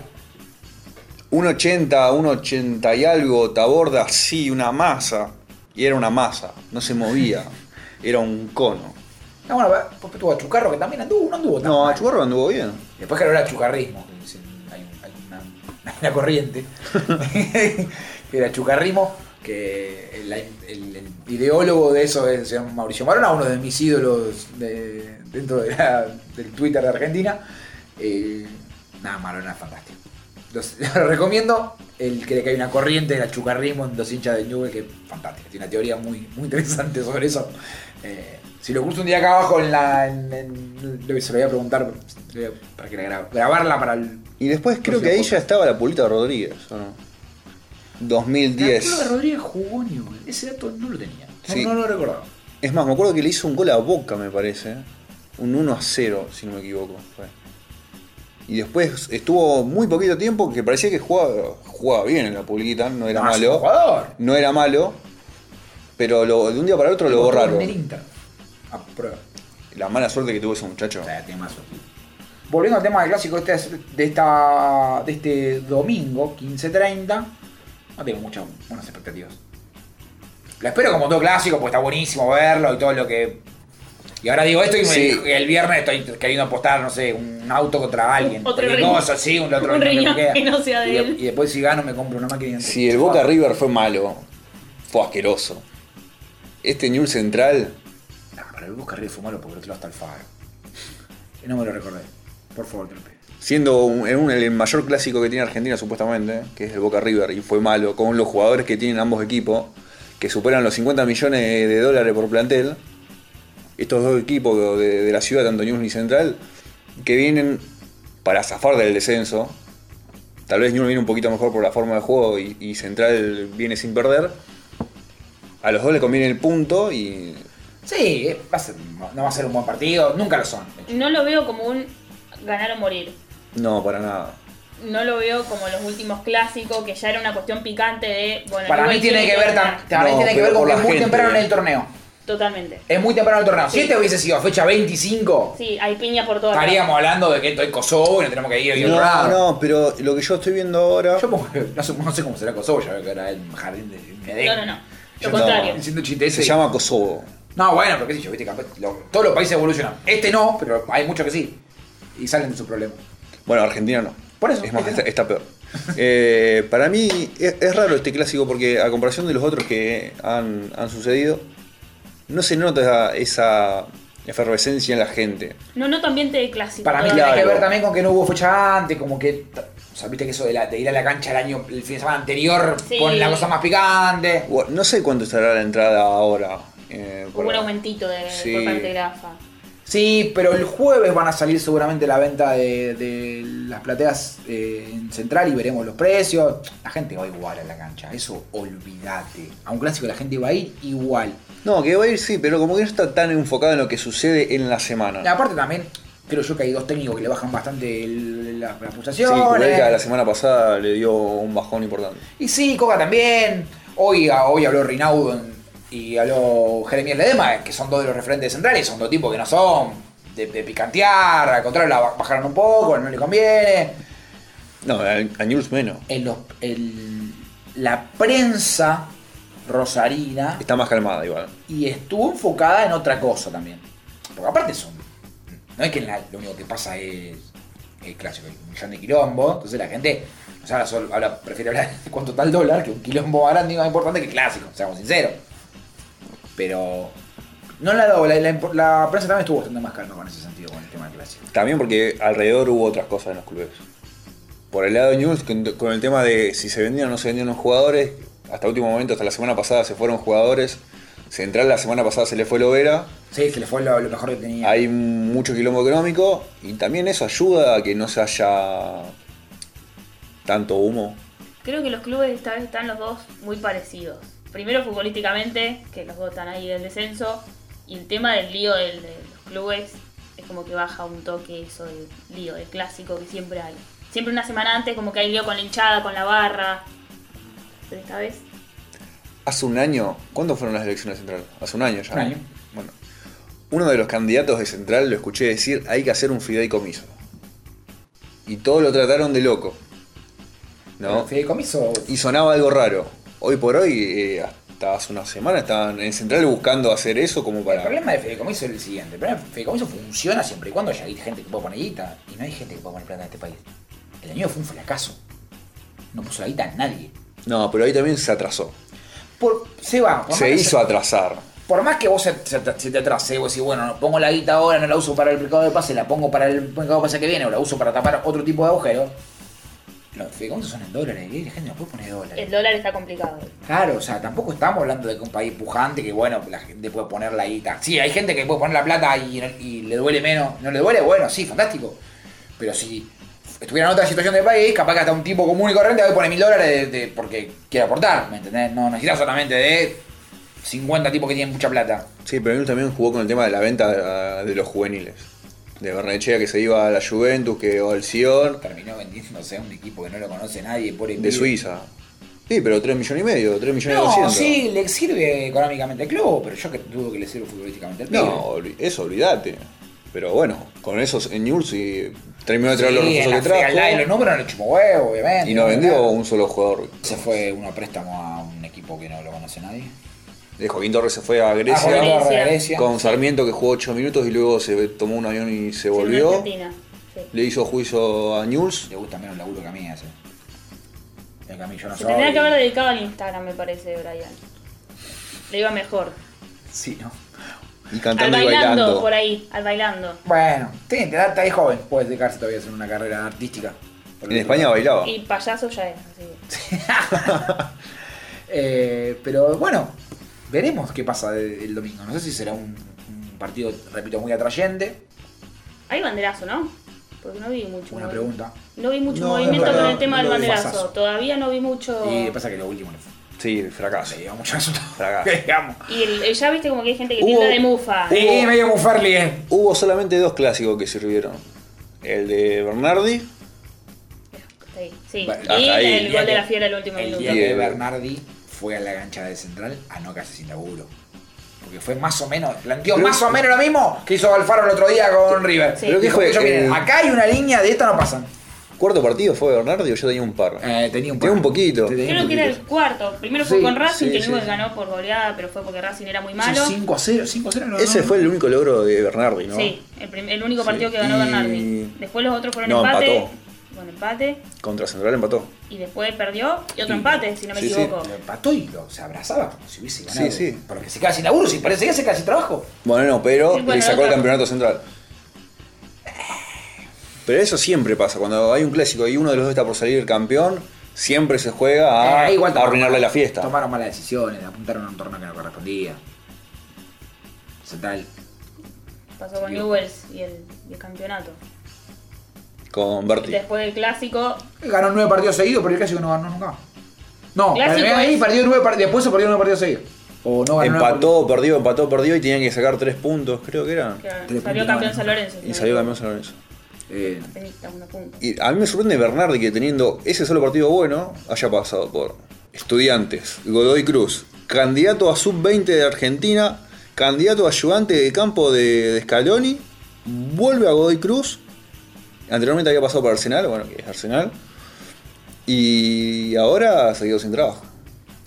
A: 1.80, 1.80 y algo. Taborda, sí, una masa. Y era una masa. No se movía. Era un cono.
B: Ah, bueno, después tuvo a Chucarro que también anduvo, no anduvo tan
A: No, a
B: mal.
A: Chugarro anduvo bien.
B: Después que era chucarrismo, que dicen, hay, un- hay una, hay una corriente, que era chucarrismo, que el, el- el ideólogo de eso es el señor Mauricio Marona, uno de mis ídolos de- dentro de la- del Twitter de Argentina. Eh, nada, Marona es fantástico. Los, lo recomiendo, el cree que hay una corriente del chucarrismo en los hinchas de Newell que es fantástica, tiene una teoría muy, muy interesante sobre eso. Eh, si lo curso un día acá abajo en la. en- en- lo que se lo voy a preguntar lo voy a- para que la gra- grabarla para el.
A: Y después creo
B: No sé,
A: que ahí
B: poco.
A: ya estaba la Pulita Rodríguez, ¿o no? 2010.
B: La de Rodríguez jugó Newell, ese dato no lo tenía. No,
A: Sí.
B: no lo recordaba.
A: Es más, me acuerdo que le hizo un gol a Boca, me parece. Un 1 a 0, si no me equivoco. fue. Y después estuvo muy poquito tiempo que parecía que jugaba, jugaba bien en la Pulita, no era
B: No, es un
A: malo.
B: Ah, jugador.
A: No era malo, pero lo- de un día para el otro lo
B: Jugó
A: borraron.
B: En el Inter. A prueba.
A: La mala suerte que tuvo ese muchacho.
B: O sea, tiene más suerte. Volviendo al tema del clásico este es- de, esta, de este domingo, 15.30, no tengo muchas buenas expectativas. La espero como todo clásico, porque está buenísimo verlo y todo lo que... Y ahora digo esto y me-
A: Sí.
B: el viernes estoy queriendo apostar, no sé, un auto contra alguien.
C: Otro
B: cualquier
C: riñón.
B: cosa, sí, un, otro riñón
C: Un riñón
B: que me queda.
C: que no sea de
B: y, de-
C: él.
B: y después si gano me compro una máquina.
A: Si el Boca River fue malo, fue asqueroso. Este Newell Central,
B: No, pero el Boca River fue malo porque lo tiró hasta el faro. Y no me lo recordé. Por favor, te lo pido.
A: Siendo un- en un- el mayor clásico que tiene Argentina supuestamente, que es el Boca River, y fue malo, con los jugadores que tienen ambos equipos, que superan los 50 millones de dólares por plantel, estos dos equipos de, de la ciudad, tanto Newell's y Central, que vienen para zafar del descenso, tal vez Newell's viene un poquito mejor por la forma de juego y, y Central viene sin perder, a los dos le conviene el punto y
B: Sí, eh, va a ser- no va a ser un buen partido, nunca lo son. de hecho.
C: No lo veo como un ganar o morir.
A: No, para nada.
C: No lo veo como los últimos clásicos, que ya era una cuestión picante de. Bueno,
B: Para
C: Newell's
B: mí tiene que ver, tam- para mí
A: No,
B: tiene que ver
A: pero
B: con
A: por
B: que
A: la
B: es muy
A: gente,
B: temprano en
A: eh.
B: el torneo.
C: Totalmente.
B: Es muy temprano en el torneo. Si
C: Sí.
B: este hubiese sido fecha 25,
C: Sí, hay piña por todas
B: estaríamos hablando de que esto es Kosovo y no tenemos que ir a otro
A: No,
B: lado.
A: no, pero lo que yo estoy viendo ahora.
B: Yo pongo- no sé, no sé cómo será Kosovo, ya veo que era el jardín de Medellín.
C: No, no, no.
B: Yo
C: Lo contrario.
B: Diciendo chiste ese.
A: Se llama Kosovo.
B: No, bueno, pero qué sé yo, viste, capaz, lo- todos los países evolucionan. Este no, pero hay muchos que sí. Y salen de sus problemas.
A: Bueno, Argentina no.
B: Por eso,
A: Es más,
B: ¿por qué
A: está, está peor. Eh, para mí es, es raro este clásico porque a comparación de los otros que han, han sucedido, no se nota esa efervescencia en la gente.
C: No, no también te clásico.
B: Para mí
C: todavía.
B: tiene que
A: Claro.
B: ver también con que no hubo fecha antes, como que. O sea, viste que eso de, la- de ir a la cancha el año, el fin de semana anterior,
C: Sí.
B: con la cosa más picante.
A: Bueno, no sé cuánto estará la entrada ahora. eh,
C: Hubo
A: por-
C: un aumentito de,
A: Sí.
C: por parte de Grafa.
B: Sí, pero el jueves van a salir seguramente la venta de, de las plateas eh, en Central y veremos los precios. La gente va igual a la cancha, eso olvídate. A un clásico la gente va a ir igual.
A: No, que va a ir sí, pero como que no está tan enfocado en lo que sucede en la semana.
B: Y aparte también, creo yo que hay dos técnicos que le bajan bastante el- la- eh. las
A: Sí,
B: pulsaciones.
A: Kudelka la semana pasada le dio un bajón importante.
B: y sí, Coca también. Hoy, ah, hoy habló Rinaudo en- y habló Jeremías Ledema, que son dos de los referentes centrales, son dos tipos que no son de, de picantear, al contrario, la ba- bajaron un poco, no le conviene.
A: No, a, a News menos.
B: en los- el- la prensa rosarina
A: Está más calmada igual.
B: y estuvo enfocada en otra cosa también. Porque aparte son. No es que la- lo único que pasa es el clásico, hay un millón de quilombo. Entonces la gente. O sea, ahora, solo- ahora prefiere hablar de cuánto está el dólar que un quilombo grande y más importante que el clásico, seamos sinceros. Pero. No la dado, la, la impo- la prensa también estuvo bastante más calma con ese sentido, con el tema del clásico.
A: También porque alrededor hubo otras cosas en los clubes. Por el lado de News, con, con el tema de si se vendían o no se vendían los jugadores, hasta último momento, hasta la semana pasada se fueron jugadores. Central la semana pasada se le fue Lovera.
B: Sí, se le fue lo, lo mejor que tenía.
A: Hay mucho quilombo económico y también eso ayuda a que no se haya tanto humo.
C: Creo que los clubes esta vez están los dos muy parecidos. Primero futbolísticamente, que los dos están ahí del descenso, y el tema del lío del- de los clubes es como que baja un toque eso del lío, el clásico que siempre hay. Siempre una semana antes como que hay lío con la hinchada, con la barra. Pero esta vez
A: Hace un año, ¿cuándo fueron las elecciones de Central? Hace un año ya.
B: Un año.
A: Bueno, uno de los candidatos de Central lo escuché decir, hay que hacer un fideicomiso. Y todos lo trataron de loco. ¿No?
B: Fideicomiso.
A: Y sonaba algo raro. Hoy por hoy, eh, hasta hace una semana, estaban en Central buscando hacer eso como
B: El
A: para...
B: problema de Fideicomiso es el siguiente. El problema de Fideicomiso funciona siempre y cuando haya gente que pueda poner guita. Y no hay gente que pueda poner plata en este país. El año fue un fracaso. No puso la guita a nadie.
A: No, pero ahí también se atrasó.
B: Por, se va. Por
A: Se
B: más que
A: hizo atrasar.
B: por más que vos se, se- se te atrase, vos decís, bueno, no pongo la guita ahora, no la uso para el mercado de pase, la pongo para el mercado de pase que viene o la uso para tapar otro tipo de agujero. Los fideicomisos son en dólares. Y la gente no puede poner dólares.
C: el dólar está complicado.
B: Claro, o sea, tampoco estamos hablando de que un país pujante que, bueno, la gente puede poner la guita. Sí, hay gente que puede poner la plata y, y le duele menos. ¿No le duele? Bueno, sí, fantástico. Pero si estuviera en otra situación del país, capaz que hasta un tipo común y corriente hoy pone mil dólares de- de- porque quiere aportar, ¿me entendés? No necesitas solamente de 50 tipos que tienen mucha plata.
A: Sí, pero él también jugó con el tema de la venta ah, de los juveniles. De Bernechea que se iba a la Juventus, que o al Sion,
B: Terminó vendiéndose a un equipo que no lo conoce nadie, pobre
A: de
B: pibe.
A: Suiza. Sí, pero 3 millones y medio, 3 millones y
B: No,
A: 200.
B: sí, le sirve económicamente al club, pero yo que dudo que le sirva futbolísticamente al pibe.
A: No, olvi- eso olvídate. Pero bueno, con esos en News y terminó de traer los
B: Sí, en
A: refuerzos que
B: la frialdad de los
A: trajo.
B: números no le chupó huevo, obviamente.
A: Y no vendió
B: ¿verdad?
A: un solo jugador.
B: Se fue uno a préstamo a un equipo que no lo conoce nadie.
A: De Joaquín Torres se fue a
B: Ah,
A: Grecia.
B: bueno,
C: Grecia.
B: ahora Grecia.
A: Con Sarmiento que jugó 8 minutos y luego se tomó un avión y se
C: Sí,
A: volvió.
C: en Argentina. Sí.
A: Le hizo juicio a News.
B: Le gusta menos el laburo que a mí hace. El que a mí yo no
C: Se
B: soy.
C: tendría que haber dedicado al Instagram, me parece, Brian. Le iba mejor.
B: Sí, ¿no?
A: Y
C: Al
A: cantando y
C: bailando,
A: bailando.
C: por ahí, al bailando.
B: Bueno, sí, te da, está ahí joven. Puedes dedicarse todavía a hacer una carrera artística. Por
A: En
B: otro
A: España
B: lado.
A: bailaba.
C: Y payaso ya es, así que-
B: Eh, pero bueno, veremos qué pasa de- el domingo. No sé si será un, un partido, repito, muy atrayente.
C: Hay banderazo, ¿no? Porque no vi mucho.
B: Buena
C: movi-
B: pregunta.
C: No vi mucho
A: No,
C: movimiento
A: no,
C: con
A: no,
C: el tema
B: no
C: del
B: lo vi.
C: banderazo.
B: Pasazo.
C: Todavía no vi mucho.
B: Y pasa que lo último le fue-
A: Sí, fracaso.
B: Le dio mucho resultado.
A: Fracaso.
B: Digamos.
C: Y el- el- ya viste como que hay gente que
A: Hubo-
C: pinta de mufa.
A: hubo-
B: Sí, medio Mufarli, eh.
A: Hubo solamente dos clásicos que sirvieron. El de Bernardi
C: Sí, sí.
B: Bueno,
A: hasta
C: y
A: ahí.
C: el gol de la fiera el último
B: El
C: minuto.
B: día que
A: Bien.
B: Bernardi fue a la cancha de Central a no quedarse sin laburo. Porque fue más o menos, planteó
A: Pero-
B: más o menos lo mismo que hizo Alfaro el otro día con River.
C: Sí. Pero
A: ¿qué
B: Dijo,
A: fue?
B: ellos vienen,
A: Eh,
B: acá hay una línea de esta no pasan.
A: ¿Cuarto partido fue Bernardi o yo tenía un par?
B: Eh, tenía un,
A: Tenía un poquito.
B: Tenía
C: Creo
B: un
C: que era el
B: poquito.
C: cuarto. Primero fue
B: Sí,
C: con Racing,
A: sí,
C: que
A: sí,
C: luego
A: sí.
C: ganó por goleada, pero fue porque Racing era muy
B: Sí,
C: malo.
B: 5 a 0, 5 a 0 no,
A: Ese
B: no,
A: fue el único logro de Bernardi, ¿no?
C: Sí, el, prim- el único
A: Sí,
C: partido que ganó
A: y-
C: Bernardi. Después los otros fueron
A: No,
C: empate.
A: empató.
C: Con empate.
A: Contra Central empató.
C: Y después perdió y otro
B: Sí.
C: empate, si no me
A: Sí, sí.
C: equivoco.
B: Lo empató y lo, se abrazaba como si hubiese ganado.
A: Sí, sí.
B: Pero que se queda sin laburo, si parece que se queda sin trabajo.
A: Bueno, no, pero
C: Sí, bueno,
A: le sacó el
C: otra-
A: campeonato central. Pero eso siempre pasa, cuando hay un clásico y uno de los dos está por salir el campeón, siempre se juega a,
B: Eh,
A: Ah,
B: igual
A: a
B: tomaron
A: arruinarle
B: malas-
A: la fiesta.
B: Tomaron malas decisiones, apuntaron a un torneo que no correspondía. Central.
C: Pasó con
B: Digo.
C: Newells y el, y el campeonato.
A: Con
C: Y
A: Berti.
C: después del clásico,
B: Ganó nueve partidos seguidos, pero el clásico no ganó nunca. más. No,
C: Clásico
B: ganó ahí,
C: es-
B: perdió nueve partidos, después se perdió nueve partidos seguidos. O no ganó nueve
A: Empató, perdió, empató, perdió y tenían que sacar tres puntos, creo que era.
C: que
B: Tres
C: salió
B: puntos,
C: campeón
B: bueno.
C: San Lorenzo.
A: Y salió campeón San Lorenzo.
B: partidos. Eh,
C: Tenía una punta.
A: Y a mí me sorprende Bernardi que teniendo ese solo partido bueno haya pasado por Estudiantes, Godoy Cruz, candidato a sub-20 de Argentina, candidato a ayudante de campo de, de Scaloni, vuelve a Godoy Cruz, anteriormente había pasado por Arsenal, bueno, que es Arsenal, y ahora se quedó sin trabajo.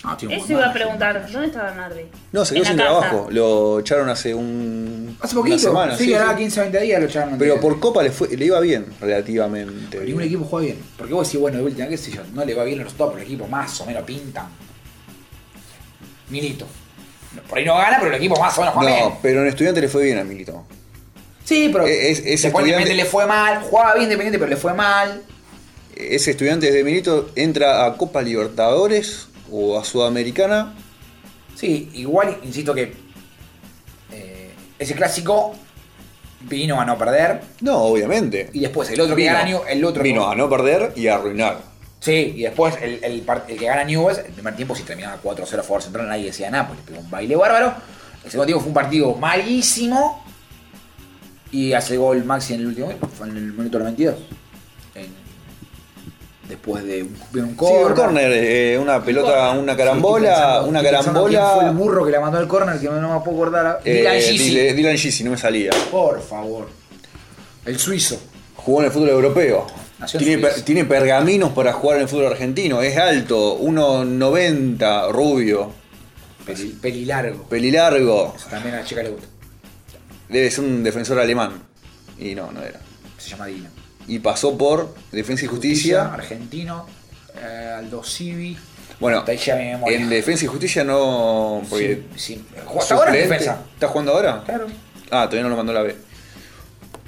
B: no, tiene un
C: Eso
B: buen
C: iba a
B: manager.
C: preguntar, ¿dónde está Bernardi?
A: No, se
C: En
A: quedó
C: la
A: sin
C: casa.
A: trabajo, lo echaron hace un...
B: Hace
A: una
B: poquito,
A: semana,
B: sí,
A: sí,
B: ganaba
A: sí.
B: 15 o 20 días lo echaron.
A: Pero
B: antes.
A: por Copa le, fue, le iba bien, relativamente.
B: Pero ningún equipo juega bien. Porque vos decís, bueno, de última, qué sé yo, no le va bien los resultados, pero el equipo más o menos pintan. Milito. Por ahí no gana, pero el equipo más o menos juega bien.
A: No, pero en Estudiantes le fue bien a Milito.
B: Sí, pero
A: E-, Es- es
B: después
A: estudiante-
B: Independiente le fue mal, jugaba bien Independiente, pero le fue mal.
A: Es estudiante de Milito, entra a Copa Libertadores o a Sudamericana.
B: Sí, igual, insisto que eh, ese clásico vino a no perder.
A: No, obviamente.
B: Y después el otro que
A: Vino-
B: gana New, el otro
A: Vino a no perder y a arruinar.
B: Sí, y después el, el par- el que gana Newell's, el primer tiempo si terminaba 4-0 a favor central, nadie decía nada, porque pegó un baile bárbaro. El segundo tiempo fue un partido malísimo. Y hace gol Maxi en el último, fue en el minuto 92. En- después de un, de un
A: Sí, un
B: corner.
A: corner, eh, una pelota,
C: corner.
A: una
B: Sí, estoy
A: carambola,
B: pensando-
A: una
B: estoy pensando
A: carambola.
B: quién fue el burro que la mandó al corner que no me puedo acordar.
A: eh,
B: Dylan Gizzi.
A: Dylan- Dylan Gizzi, no me salía.
B: Por favor. El suizo.
A: Jugó en el fútbol europeo.
B: Nació en
A: Tiene, per-
B: Suiza.
A: tiene pergaminos para jugar en el fútbol argentino. Es alto, 1,90, rubio,
B: Peli, peli largo.
A: pelilargo.
B: Eso también a la chica le gusta.
A: Debe ser un defensor alemán. Y no, no era.
B: Se llama Dina.
A: Y pasó por Defensa y Justicia
B: Argentino. eh, Aldo Civi.
A: Bueno,
B: Te llega mi memoria.
A: en Defensa y Justicia no. Porque
B: Sí, sí. Hasta ahora en
A: suplente-
B: defensa.
A: ¿Estás jugando ahora?
B: Claro.
A: Ah, todavía no lo mandó la B.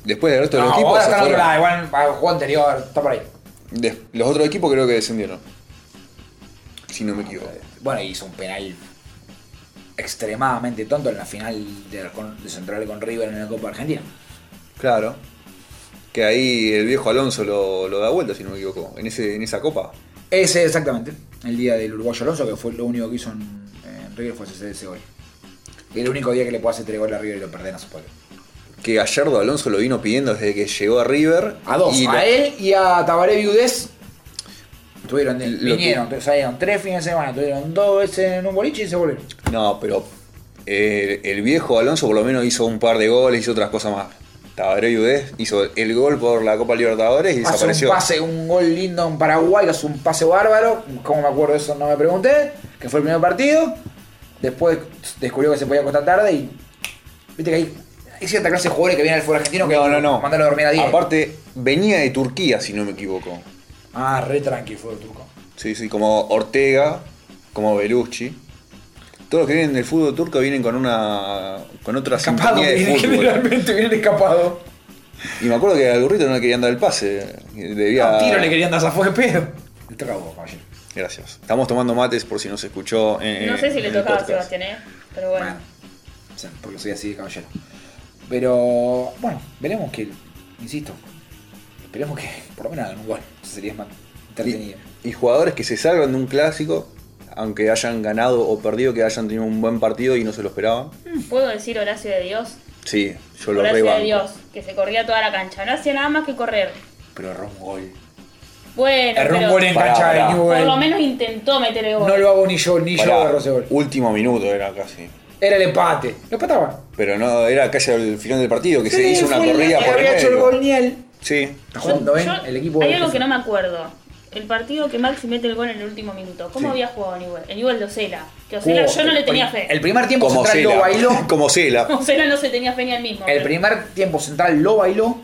A: Después del resto de
B: No,
A: los equipos.
B: ahora
A: se
B: está en otro
A: fueron.
B: lado, igual para el juego anterior, está por ahí.
A: Des- los otros equipos creo que descendieron. Si no me
B: Ah,
A: equivoco.
B: Bueno, hizo un penal extremadamente tonto en la final de, con- de Central con River en la Copa Argentina.
A: Claro. Que ahí el viejo Alonso lo, lo da vuelta, si no me equivoco. En, ese, en esa copa.
B: Ese exactamente, el día del uruguayo Alonso, que fue lo único que hizo en, en River fue ese, ese gol. Y el único día que le puedo hacer tres goles a River y lo perdés no se puede.
A: Que Gallardo Alonso lo vino pidiendo desde que llegó a River.
B: A dos,
A: Y
B: a
A: lo-
B: él y a Tabaré Viudés. Tuvieron, de-
A: Lo
B: vinieron, salieron tres fines de semana, tuvieron dos veces en un boliche y se volvieron.
A: No, pero eh, el, viejo Alonso por lo menos hizo un par de goles, hizo otras cosas más. Tabaré Yudés hizo el gol por la Copa Libertadores y
B: Hace un
A: desapareció.
B: pase, un gol lindo en Paraguay, hace un pase bárbaro. Como me acuerdo de eso? No me pregunté. Que fue el primer partido. Después descubrió que se podía acostar tarde y. Viste que hay, hay cierta clase de jugadores que vienen al fútbol argentino que
A: No, no, no.
B: mandan a dormir a 10.
A: Aparte, venía de Turquía, si no me equivoco.
B: Ah, re tranqui fue el turco.
A: Sí, sí, como Ortega, como Belucci. Todos los que vienen del fútbol turco vienen con una con otra
B: Escapado,
A: sintonía de
B: vienen,
A: fútbol.
B: generalmente vienen escapado.
A: Y me acuerdo que al burrito no le querían dar el pase. eh, Debía...
B: A un tiro le querían dar zafó de pedo. Le toca a vos, caballero.
A: Gracias. Estamos tomando mates por si no se escuchó. eh,
C: No sé si
A: en
C: le
A: el
C: tocaba a
A: podcast.
C: Sebastián, ¿eh? Pero
B: Bueno,
C: bueno.
B: o sea, porque soy así de caballero. Pero bueno, veremos que, insisto, esperemos que por lo menos hagan un gol. Eso sería más entretenido.
A: Y, y jugadores que se salvan de un clásico aunque hayan ganado o perdido, que hayan tenido un buen partido y no se lo esperaban.
C: Mm, ¿Puedo decir Horacio de Dios?
A: Sí, yo lo
C: Horacio de
A: rebanco.
C: Dios, que se corría toda la cancha. No hacía nada más que correr.
B: Pero erró un gol.
C: Bueno,
B: Erró un
C: pero
B: gol en
A: Pará,
B: cancha
A: pará.
B: de
C: por
B: Newell.
C: lo menos intentó meter el gol.
B: No lo hago ni yo, ni yo
A: Pará,
B: erró ese gol.
A: último minuto era casi.
B: Era el empate. Lo empataban.
A: Pero no, era casi al final del partido que se hizo una
B: fue el-
A: corrida
B: que
A: por el
B: había hecho el
A: medio.
B: gol ni él.
A: Sí.
B: Está
C: Yo-
B: jugando, ¿ven?
C: yo-
B: ¿eh? el equipo
C: hay
B: de-
C: algo que no me acuerdo. El partido que Maxi mete el gol en el último minuto. ¿Cómo había jugado Newell? El Newell de Ocela. Que Ocela
B: Jugó.
C: yo no le
B: El
C: tenía
B: pri-
C: fe.
B: El primer tiempo
A: Como
B: central lo
A: Cela.
B: bailó.
A: Como Cela.
C: Ocela no se tenía fe ni al mismo.
B: El
C: pero-
B: primer tiempo central lo bailó.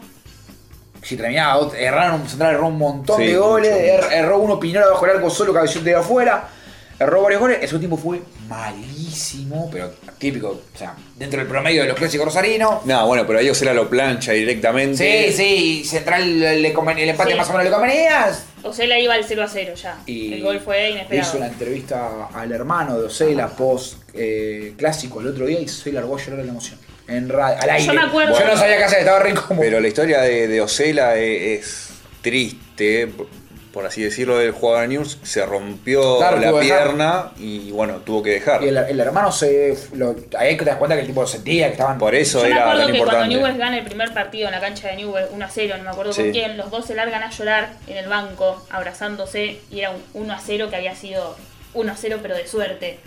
B: Si terminaba, ot- erraron central, erró un montón
A: Sí,
B: de goles.
A: mucho.
B: er- erró uno Pinola bajo el arco solo, cabeció de afuera. Erró varios goles. El segundo tiempo fue malísimo, pero típico, o sea, dentro del promedio de los clásicos rosarinos.
A: No, bueno, pero ellos era lo plancha directamente.
B: Sí, sí, central le conven- el empate
C: Sí.
B: más o menos le convenía.
C: Ocela iba al 0 a 0 ya.
B: Y
C: el gol fue
B: Le hizo una
C: inesperado.
B: entrevista al hermano de Ocela post eh, clásico el otro día y se largó a llorar de la emoción. En radio, al aire.
C: me acuerdo.
B: Yo no sabía qué hacer, estaba re incómodo.
A: Pero la historia de, de Ocela e- es, triste, por- por así decirlo, del jugador de News. Se rompió
B: Claro, tuvo
A: la
B: que dejar.
A: pierna y bueno, tuvo que dejar.
B: Y el, el hermano se. Lo, ahí es que te das cuenta que el tipo sentía que estaban.
A: Por eso
C: Yo me
A: era
C: acuerdo
A: tan
C: que cuando Newell
A: importante.
C: gana el primer partido en la cancha de Newell, 1 a 0, no me acuerdo
A: Sí.
C: con quién, los dos se largan a llorar en el banco, abrazándose, y era un 1 a 0 que había sido 1 a 0 pero de suerte.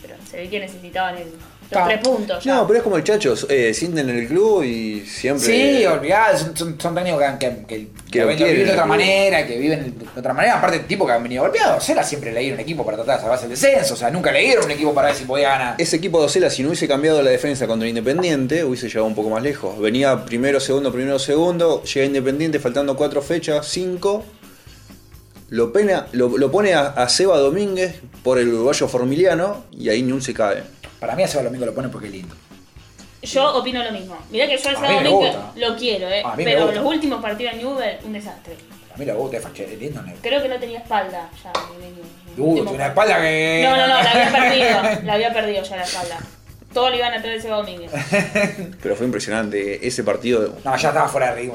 C: Pero se ve que necesitaban el- los
B: Ta.
C: tres puntos ya.
A: No, pero es como el chacho, eh, sienten el club y siempre.
B: Sí, olvidá, son, son, son técnicos que, que, que,
A: Que
B: lo
A: lo
B: ven- lo
A: quieren,
B: viven de otra
A: ¿no?
B: manera, que viven de otra manera. Aparte, el tipo que han venido golpeado, Ocela siempre le dieron un equipo para tratar de salvarse el descenso. O sea, nunca le dieron un equipo para ver si podía ganar.
A: Ese equipo de Ocela, si no hubiese cambiado la defensa contra Independiente, hubiese llegado un poco más lejos. Venía primero, segundo, primero, segundo. Llega Independiente faltando cuatro fechas, cinco. Lo, pena, lo, lo pone a, a Seba Domínguez por el uruguayo Formiliano y ahí Newell se cae.
B: Para mí, a Seba Domingo lo ponen porque es lindo.
C: Yo opino lo mismo. Mirá que yo al
B: A
C: sábado
B: mí me
C: domingo
B: gusta.
C: lo quiero, eh.
B: A mí me
C: Pero
B: gusta.
C: los últimos partidos de Newell, un desastre.
B: Para mí, la bota es fache, es lindo. ¿no?
C: Creo que no tenía espalda ya. en el- en el
B: Uh,
C: último
B: tiene una
C: partido.
B: espalda que.
C: No, no, no, la había perdido. La había perdido ya la espalda. Todo le iban a traer el Seba Domínguez.
A: Pero fue impresionante ese partido.
B: No, ya estaba fuera de ritmo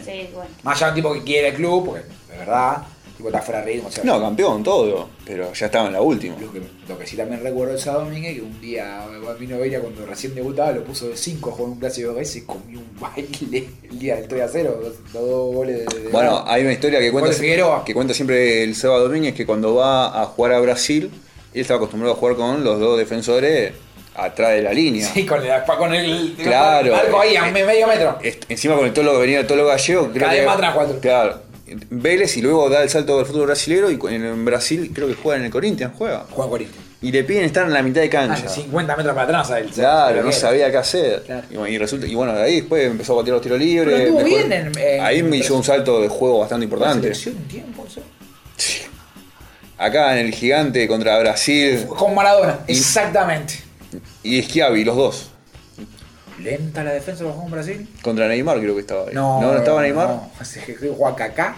A: Sí.
C: Sí, bueno.
B: Más allá de un tipo que quiere el club, porque de verdad, el tipo está fuera de ritmo. o sea,
A: No, campeón, todo. Pero ya estaba en la última.
B: Lo que, lo que sí también recuerdo de Sado Domínguez, que un día Bambino Veira cuando recién debutaba lo puso de 5 jugó en un clásico de veces y comió un baile el día del 3 a 0, los, los dos goles de, de-
A: Bueno, hay una historia que cuenta,
B: Gol de Figueroa.
A: que cuenta siempre el Seba Domínguez que cuando va a jugar a Brasil, él estaba acostumbrado a jugar con los dos defensores atrás de la línea.
B: Sí, con el, con el
A: Claro.
B: el arco ahí a un me- medio metro.
A: Est- Encima con el tolo que venía tolo gallego, creo
B: Cada
A: que
B: vez más atrás, cuatro.
A: Claro. Vélez y luego da el salto del fútbol brasilero y cu- en- en Brasil creo que juega en el Corinthians, juega.
B: Juan Corinthians.
A: Y le piden estar en la mitad de
B: Ah,
A: cancha.
B: ya 50 metros para atrás a él.
A: Claro, no sabía qué hacer.
B: Claro.
A: Y, bueno, y resulta, y bueno, de ahí después empezó a batear los tiros libres.
B: Pero estuvo
A: mejor-
B: bien en- en-
A: ahí me hizo un salto de juego bastante
B: La
A: importante.
B: selección un tiempo, eso.
A: Acá en el gigante contra Brasil
B: Con Maradona, exactamente.
A: y Schiavi, los dos.
B: Lenta la defensa bajo un Brasil.
A: Contra Neymar creo que estaba ahí. ¿No, no estaba Neymar? No,
B: No, Se juega Kaká.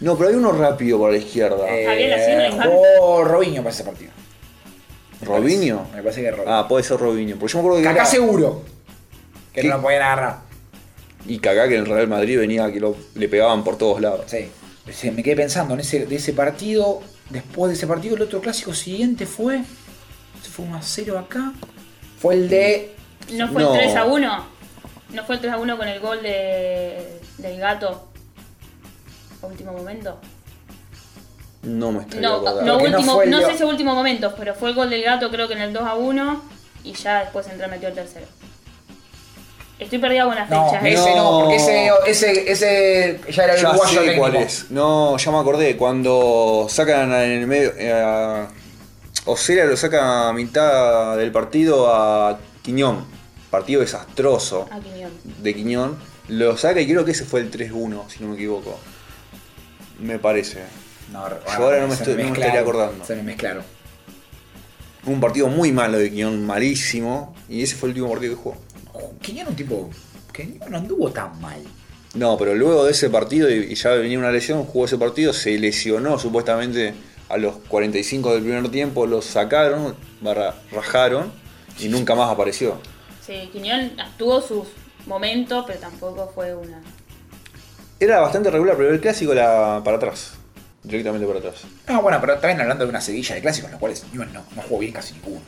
A: pero hay uno rápido para la izquierda.
B: Eh,
C: Javier Lassina, Neymar.
B: jugó Robinho para ese partido.
A: ¿Robinho?
B: Me parece que es Robinho.
A: Ah, puede ser Robinho. Porque yo me acuerdo que
B: Kaká
A: era-
B: seguro. Que
A: ¿Qué?
B: no lo podían agarrar.
A: Y Kaká que en el Real Madrid venía que lo- le pegaban por todos lados.
B: Sí. Sí, Me quedé pensando en ese, de ese partido. Después de ese partido, el otro clásico siguiente fue. se Fue un a 0 acá. Fue el de.
C: ¿No fue
A: No.
C: el 3 a 1? ¿No fue el 3 a 1 con el gol de, del gato? ¿A último momento?
A: No me estoy
C: No,
A: acordando.
C: no,
B: Porque no
C: último, no,
B: fue el de-
C: sé si último momento, pero fue el gol del gato creo que en el 2 a 1 y ya después entró metió el tercero. Estoy perdida con las
B: No,
C: fechas. ¿eh?
B: ese no,
A: No.
B: porque ese, ese, ese ya era el
A: Ya
B: uruguayo
A: sé
B: técnico.
A: cuál es. No, ya me acordé. Cuando sacan en el medio. eh, a- Osera lo saca a mitad del partido a Quiñón. Partido desastroso
C: Ah, Quiñón.
A: de Quiñón. Lo saca y creo que ese fue el 3-1, si no me equivoco. Me parece.
B: No,
A: Yo ahora no me
B: se
A: estoy- no me
B: mezclaron,
A: estaría acordando.
B: Se me mezclaron.
A: Un partido muy malo de Quiñón, malísimo. Y ese fue el último partido que jugó.
B: Quiñón era un tipo que no anduvo tan mal.
A: No, pero luego de ese partido, y y ya venía una lesión, jugó ese partido, se lesionó supuestamente a los 45 del primer tiempo, lo sacaron, barra, rajaron y nunca más apareció.
C: Sí, Quiñón tuvo sus momentos, pero tampoco fue una...
A: Era bastante regular, pero el clásico era para atrás. directamente para atrás.
B: No, bueno, pero también hablando de una seguilla de clásicos, los cuales Newell no, no jugó bien casi ninguno.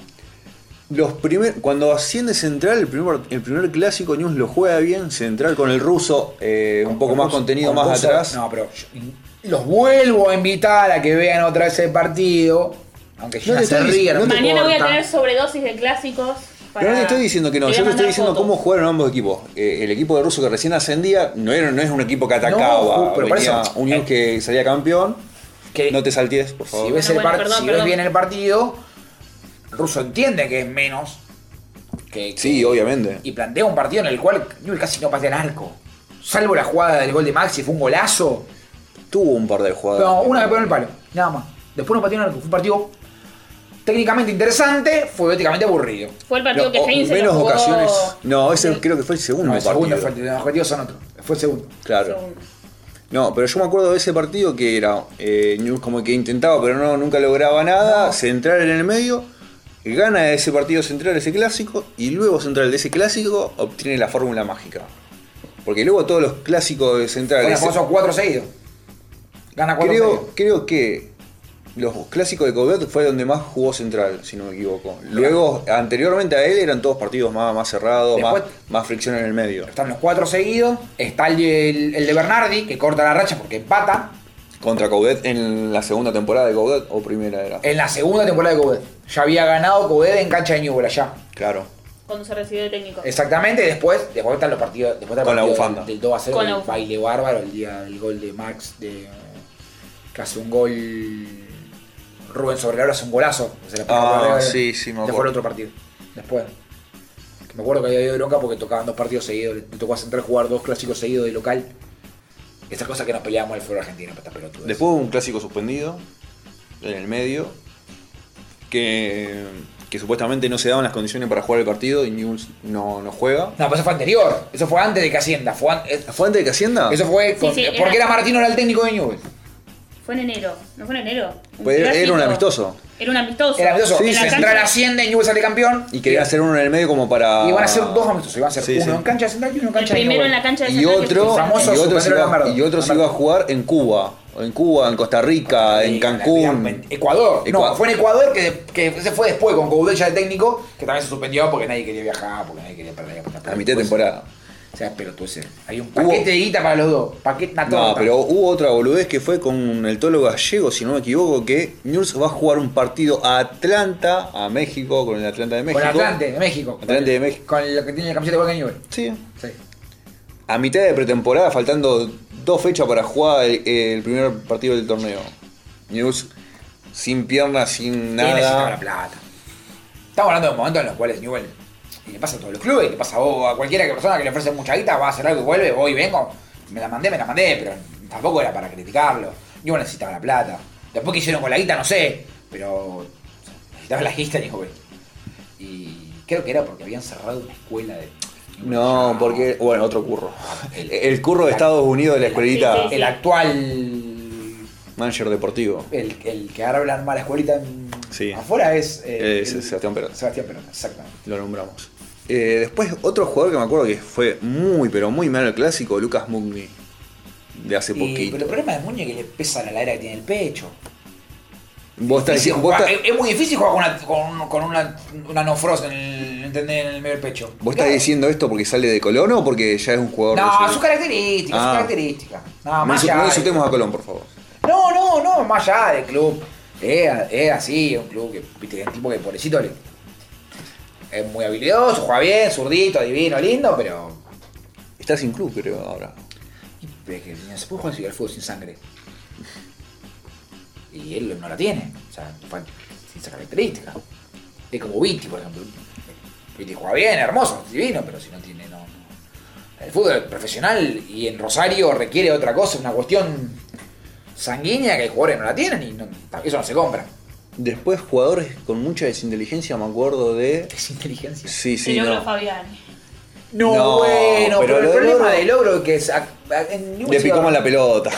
A: Los primer, cuando asciende Central, el primer, el primer clásico News lo juega bien, Central con el ruso, eh, un poco
B: Con
A: más
B: Bozo-
A: contenido
B: con
A: más
B: Bozo-
A: atrás.
B: No, pero yo- los vuelvo a invitar a que vean otra vez el partido. Aunque yo
A: te
B: se
A: estoy
B: ría,
A: diciendo-
B: no
A: no te
B: me
C: Mañana voy a
B: importa.
C: tener sobredosis de clásicos.
A: Pero no te estoy diciendo que no,
C: Te voy
A: yo
C: a
A: te estoy
C: mandar
A: diciendo
C: fotos.
A: cómo jugaron ambos equipos. Eh, el equipo de ruso que recién ascendía no, era, no es un equipo que atacaba,
B: ju- pero por
A: venía
B: eso-
A: un News
B: eh.
A: que salía campeón.
B: Que
A: No te salties, por
B: si
A: favor.
B: ves, el
C: Bueno,
B: par-
C: perdón,
B: si
C: perdón.
B: ves bien el partido, Russo entiende que es menos. Que, que-
A: Sí, obviamente.
B: Y plantea un partido en el cual Newell casi no patea el arco. Salvo la jugada del gol de Maxi, fue un golazo.
A: Tuvo un par de jugadas.
B: No, una vez pegó en el palo, nada más. Después no pateó en el arco. Fue un partido técnicamente interesante, futbolísticamente aburrido.
C: Fue el partido
A: No,
C: que
A: o-
C: Heinz
A: menos
C: lo jugó...
A: ocasiones. No, ese creo que fue el segundo
B: No, el segundo
A: partido.
B: fue, los objetivos son otros. Fue el segundo.
A: Claro.
C: Segundo.
A: No, pero yo me acuerdo de ese partido que era eh, News como que intentaba, pero no nunca lograba nada. Central en el medio, gana ese partido central, ese clásico, y luego central de ese clásico obtiene la fórmula mágica. Porque luego todos los clásicos de central.
B: Bueno,
A: ese-
B: fue esos cuatro seguidos. Gana cuatro
A: creo,
B: seguidos.
A: creo que los clásicos de Cobet fue donde más jugó central, si no me equivoco. Luego, anteriormente a él eran todos partidos más, más cerrados, más,
B: Después-
A: más fricción en el medio.
B: Están los cuatro seguidos. Está el, el- el de Bernardi, que corta la racha porque empata.
A: Contra Cobet en la segunda temporada de Cobet o primera era.
B: En la segunda temporada de Cobed. Ya había ganado Cobed en cancha de Newell allá.
A: Claro.
C: Cuando se recibió de técnico.
B: Exactamente, después, después están los partidos. Después está el
A: Con la
B: partido
A: bufanda.
B: Del, del 2 a 0,
C: Con la
B: el
C: bufanda.
B: baile bárbaro, el día del gol de Max, de, eh, que hace un gol. Rubén sobre la hora hace un golazo. que Se la pone
A: Ah,
B: por arriba.
A: sí, sí, me
B: Después el
A: acuerdo.
B: otro partido. Después. Que me acuerdo que había ido de bronca porque tocaban dos partidos seguidos. Le le tocó a Central jugar dos clásicos seguidos de local. Estas cosas que nos peleamos el fútbol argentino, pero estas pelotudas.
A: Después hubo un clásico suspendido en el medio que, que supuestamente no se daban las condiciones para jugar el partido y Newell's no, no juega.
B: No, pero eso fue anterior. Eso fue antes de que Hacienda. Fue an- eh,
A: ¿Fue antes de que Hacienda?
B: Eso fue.
C: Sí,
B: con-
C: sí, era-
B: porque era Martino, era el técnico de Newell's.
C: Fue en enero. ¿No fue en enero? Un
A: Pues era- era
C: clásico.
A: un amistoso.
C: Era un amistoso.
B: Era amistoso.
A: Sí,
C: En la
A: sí.
B: Central
C: cancha-
B: asciende y Newell's sale campeón.
A: Y querían hacer uno en el medio como para...
B: Y van a ser dos amistosos, iban a ser
A: Sí,
B: uno
A: sí.
B: en cancha de central y uno en
C: El
B: cancha de
C: primero en
B: Newell's.
C: la cancha de
A: y
C: Central que
A: otro,
C: fue el
B: famoso
A: y otro, se
B: superhéroe
A: iba,
B: Lamberto. Ah,
A: y otro se iba a jugar en Cuba, o en Cuba, en Costa Rica, Ah, en
B: Sí, la-
A: Cancún.
B: en Ecuador.
A: Ecuador.
B: No, fue en Ecuador que, que se fue después con Coudet ya de técnico, que también se suspendió porque nadie quería viajar, porque nadie quería perder.
A: A mitad de temporada.
B: O sea, pero tú ese. Hay un paquete de guita para los dos. Paquete una
A: No,
B: torta.
A: pero hubo otra boludez que fue con el tolo gallego, si no me equivoco, que News va a jugar un partido a Atlanta, a México, con el Atlanta de México.
B: Con Atlante, de México.
A: Atlante de México.
B: Con el que tiene la camiseta igual que Newell.
A: Sí.
B: Sí.
A: A mitad de pretemporada, faltando dos fechas para jugar el, el primer partido del torneo. News sin piernas, sin
B: Y necesitaba la
A: nada.
B: plata. Estamos hablando de momentos en los cuales Newell, y le pasa a todos los clubes, le pasa a vos, a cualquiera que persona que le ofrece mucha guita, va a hacer algo y vuelve, voy, vengo, me la mandé, me la mandé, pero tampoco era para criticarlo. Newell necesitaba la plata. Después que hicieron con la guita, no sé, pero o sea, necesitaba la guita Newell. Y creo que era porque habían cerrado una escuela de...
A: No, porque, bueno, otro curro. El, el curro de Estados Unidos de la escuelita
C: Sí, sí,
B: El actual...
A: manager deportivo.
B: El, el que ahora habla mal la escuelita en-
A: Sí.
B: afuera es... eh,
A: Es
B: el-
A: Sebastián Perón.
B: Sebastián Perón, exactamente.
A: Lo nombramos. Eh, después, otro jugador que me acuerdo que fue muy, pero muy malo el clásico, Lucas Mugni. De hace
B: Y- pero el
A: poquito.
B: problema de Muñoz es que le pesa la ladera que tiene en el pecho.
A: Vos estás
B: Difícil
A: diciendo. vos
B: jugar-
A: estás-
B: es, es muy difícil jugar con una, con, con una, una no frost en el, ¿entendés? en el medio del pecho.
A: ¿Vos estás
B: Claro.
A: diciendo esto porque sale de Colón o porque ya es un jugador
B: No,
A: resuelto?
B: su característica,
A: Ah.
B: su característica. No,
A: No
B: más
A: insu-
B: allá eh.
A: no
B: de-
A: insultemos a Colón, por favor.
B: No, no, no, más allá del club. Es es así, es un club que, viste, es un tipo que pobrecito le- es muy habilidoso, juega bien, zurdito, divino, lindo, pero.
A: Está sin club, creo, ahora.
B: y- es que no se puede jugar al fútbol sin sangre. Y él no la tiene, o sea, fue sin esa característica. Es como Viti, por ejemplo. Viti juega bien, hermoso, divino, pero si no tiene, no. no. El fútbol profesional y en Rosario requiere otra cosa, una cuestión sanguínea que hay jugadores que no la tienen y no- eso no se compra.
A: Después, jugadores con mucha desinteligencia, me acuerdo de.
B: Es inteligencia.
A: Sí,
C: el
A: sí,
C: logro
A: no.
C: Fabián.
B: No,
A: No, pero
B: bueno, pero,
A: lo
B: el
A: del
B: problema
A: logro-
B: del logro es que es, a- a- en ningún
A: Le
B: ciudad-
A: picó mal la pelota.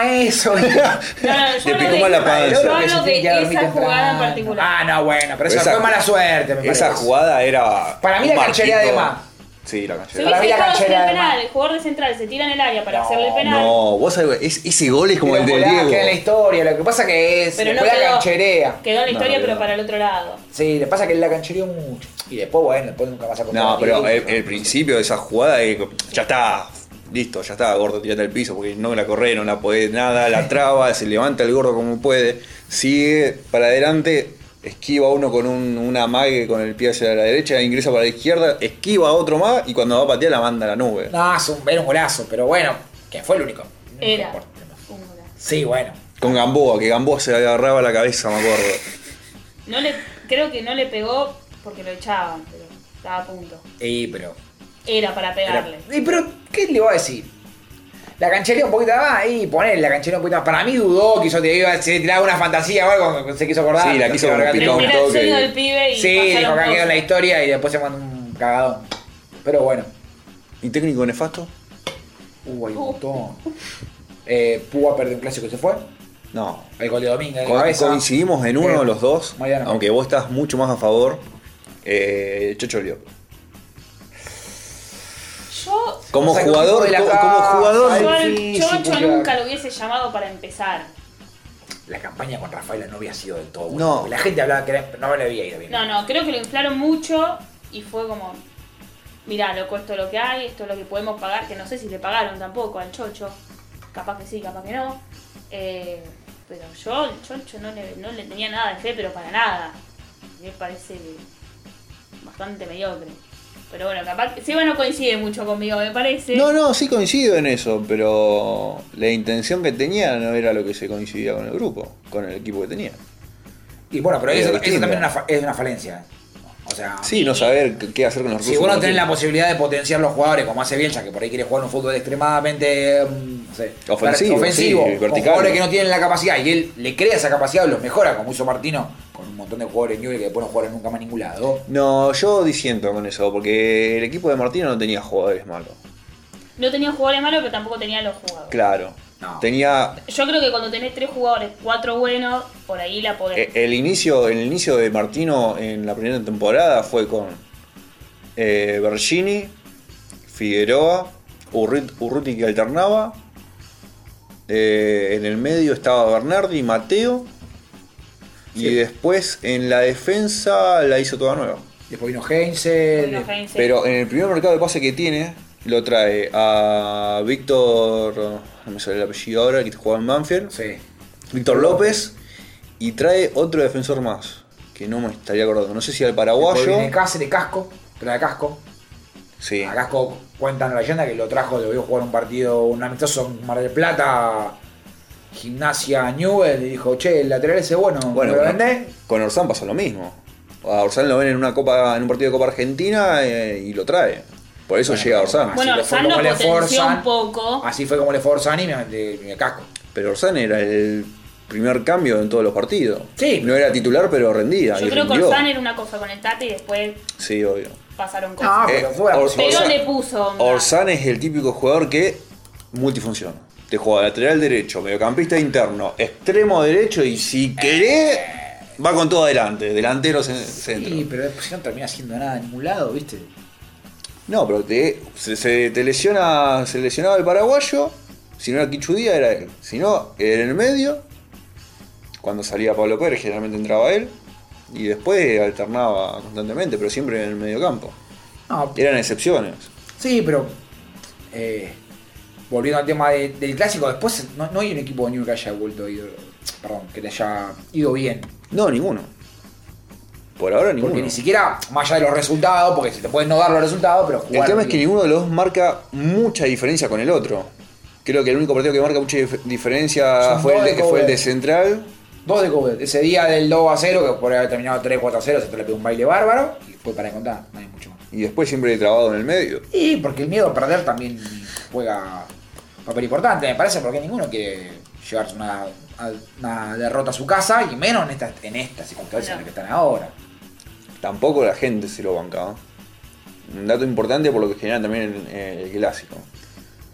B: eso.
C: No, no, yo
A: Le
C: hablo
A: picó
C: de-
A: mal la panza.
C: Yo
A: Creo que
C: hablo de esa jugada en particular.
B: Ah, no, bueno, pero,
A: Pero
B: eso
A: esa-
B: fue mala suerte, me
A: Esa
B: parece.
A: jugada era.
B: Para mí
A: un
B: la canchería de
A: marquito.
B: más.
A: Sí, la
C: Si
A: canchera.
B: Para mí la
C: hubiese estado sin el
B: canchera era
C: penal,
B: más.
C: el jugador de central se tira en el área para
B: No,
C: hacerle el penal.
A: No, vos sabés, es- ese gol es como
B: Pero
A: el del
B: Polak
A: Diego.
B: Queda en la historia, lo que pasa que es.
C: pero no
B: después la
C: quedó.
B: cancherea.
C: Quedó en la
A: No,
C: historia,
A: no
C: pero
A: quedó.
C: para el otro lado.
B: Sí, le pasa que él la canchereó mucho. Y después, bueno, después nunca más a
A: No, pero el, el principio de esa jugada es, ya está. Listo, ya está, gordo, tirate al piso porque no la corre, no la podés nada, la traba, se levanta el gordo como puede, sigue para adelante, esquiva uno con un, un amague con el pie hacia la derecha, ingresa para la izquierda, esquiva otro más y cuando va a patear la manda a la nube.
B: No, es un, era un golazo, pero bueno, que fue el único. No
C: Era.
B: importa.
C: un golazo.
B: Sí, bueno.
A: Con Gamboa, que Gamboa se le agarraba la cabeza, me acuerdo.
C: No le, creo que no le pegó porque lo echaban, pero estaba a punto.
B: Y pero.
C: Era para
B: Pero,
C: pegarle.
B: y, pero, ¿qué le voy a decir? La canchería un poquito más, y poner la canchería un poquito más. Para mí dudó, quiso te iba, se tiraba una fantasía o algo, se quiso acordar.
A: Sí, la quiso
B: Entonces,
A: complicar
C: Pero
A: un
C: era
A: toque.
C: el sueño del pibe y
B: Sí, dijo
C: pasaron
B: acá quedó en la
C: cosas.
B: historia y después se mandó un cagadón. Pero bueno.
A: ¿Y técnico nefasto?
B: Uh, hay un montón. Eh, Púa perdió un clásico y se fue.
A: No.
B: El gol de Domínguez. de
A: Co-
B: cabeza.
A: coincidimos en uno
B: Eh,
A: de los dos,
B: Mariano.
A: aunque vos estás mucho más a favor. Eh, Checho Lio.
C: Yo,
A: Como
B: O sea,
A: jugador,
B: de la
A: co- como,
B: casa,
A: jugador,
B: Ay,
C: yo al
B: sí, sí,
C: Chocho
B: porque-
C: nunca lo hubiese llamado para empezar.
B: La campaña con Rafaela no había sido del todo
A: No.
B: buena. La gente hablaba que era- no le había ido bien.
C: No, no, creo que lo inflaron mucho y fue como, mirá, loco, esto es lo que hay, esto es lo que podemos pagar, que no sé si le pagaron tampoco al Chocho, capaz que sí, capaz que no. Eh, pero yo al Chocho no le, no le tenía nada de fe, pero para nada. Me parece bastante mediocre. Pero bueno, capaz que Seba no coincide mucho conmigo, me parece.
A: No, no, sí coincido en eso, pero la intención que tenía no era lo que se coincidía con el grupo, con el equipo que tenía.
B: Y bueno, pero
A: Eh,
B: eso, eso
A: distinto.
B: también es una, fa- es una falencia. O sea,
A: Sí, no saber qué- qué hacer con los
B: si
A: rusos.
B: vos no tenés la posibilidad de potenciar los jugadores como hace Bielsa, que por ahí quiere jugar un fútbol extremadamente mm, no sé,
A: Ofensivo,
B: ofensivo,
A: sí,
B: con
A: vertical.
B: jugadores que no tienen la capacidad, y él le crea esa capacidad o los mejora, como hizo Martino, con un montón de jugadores Newell que después no jugaron nunca más en ningún lado.
A: No, yo disiento con eso, porque el equipo de Martino no tenía jugadores malos.
C: No tenía jugadores malos, pero tampoco tenía los jugadores.
A: Claro.
B: No.
A: Tenía
C: Yo creo que cuando tenés tres jugadores, cuatro buenos, por ahí la podés.
A: E- El inicio, el inicio de Martino en la primera temporada fue con eh, Bergini, Figueroa, Urrut- Urruti que alternaba. eh, en el medio estaba Bernardi, Mateo. Y
B: Sí.
A: después en la defensa la hizo toda nueva.
B: Después vino Heinze.
C: Bueno,
B: de-
C: Heinze.
A: eh, Pero en el primer mercado de pase que tiene, lo trae a Víctor. No me sale el apellido ahora, que jugaba en Banfield.
B: Sí.
A: Víctor López y trae otro defensor más, que no me estaría acordando. No sé si al
B: Después
A: paraguayo.
B: viene Cáceres, Casco, trae a Casco.
A: Sí.
B: A Casco cuentan la leyenda que lo trajo, lo vio jugar un partido, un amistoso en Mar del Plata, Gimnasia Newell, y dijo, che, el lateral ese es bueno,
A: Bueno,
B: ¿me lo
A: con-
B: vendés?
A: con Orsán pasó lo mismo. A Orsán lo ven en una copa, en un partido de Copa Argentina eh, y lo trae. Por eso
B: Bueno,
A: llega Orsán.
B: bueno.
C: Bueno,
B: Así lo
C: Orsán lo
B: fue como le
C: potenció
B: forzan.
C: un poco.
B: Así fue como le forzan y me, me- me casco.
A: Pero Orsán era el primer cambio en todos los partidos.
B: Sí.
A: No era titular, pero rendía.
C: Yo
A: y
C: creo que
A: rindió.
C: Orsán era una cosa con el Tate y después
A: Sí, obvio.
C: pasaron
B: No,
C: cosas.
B: pero
A: Eh,
B: fue la
A: Or-
B: posibilidad.
C: pero
A: Orsán-
C: le puso. onda.
A: Orsán es el típico jugador que multifunciona. Te juega lateral derecho, mediocampista interno, extremo derecho y si querés, va con todo adelante, delantero cen- centro.
B: Sí, pero después no termina haciendo nada en ningún lado, ¿viste?
A: No, pero te, se, se- te lesiona, se lesionaba el paraguayo, si no era Quichudía era él, si no, era en el medio, cuando salía Pablo Pérez generalmente entraba él, y después alternaba constantemente, pero siempre en el mediocampo.
B: No, eh.
A: Eran excepciones.
B: sí, pero. eh, volviendo al tema de- del clásico, después no, no hay un equipo de Newell que haya vuelto ido. Perdón, que le haya ido bien.
A: No, ninguno. Por ahora ninguno.
B: Porque ni siquiera, más allá de los resultados, porque se te pueden no dar los resultados, pero jugar.
A: El tema es que
B: bien.
A: ninguno de los dos marca mucha diferencia con el otro. Creo que el único partido que marca mucha dif- diferencia
B: Son
A: fue el,
B: dos
A: de,
B: de
A: que fue el
B: Cobel.
A: de Central.
B: Dos de Cobet. Ese día del 2 a 0, que por haber terminado 3, 4 a 0, se te le pegó un baile bárbaro. Y fue para de contar, no hay mucho más.
A: Y después siempre trabado en el medio.
B: Y porque el miedo a perder también juega papel importante, me parece, porque ninguno quiere llevarse una, a- una derrota a su casa, y menos en estas en estas circunstancias en las que están ahora.
A: Tampoco la gente se lo bancaba. Un dato importante por lo que genera también el, el clásico.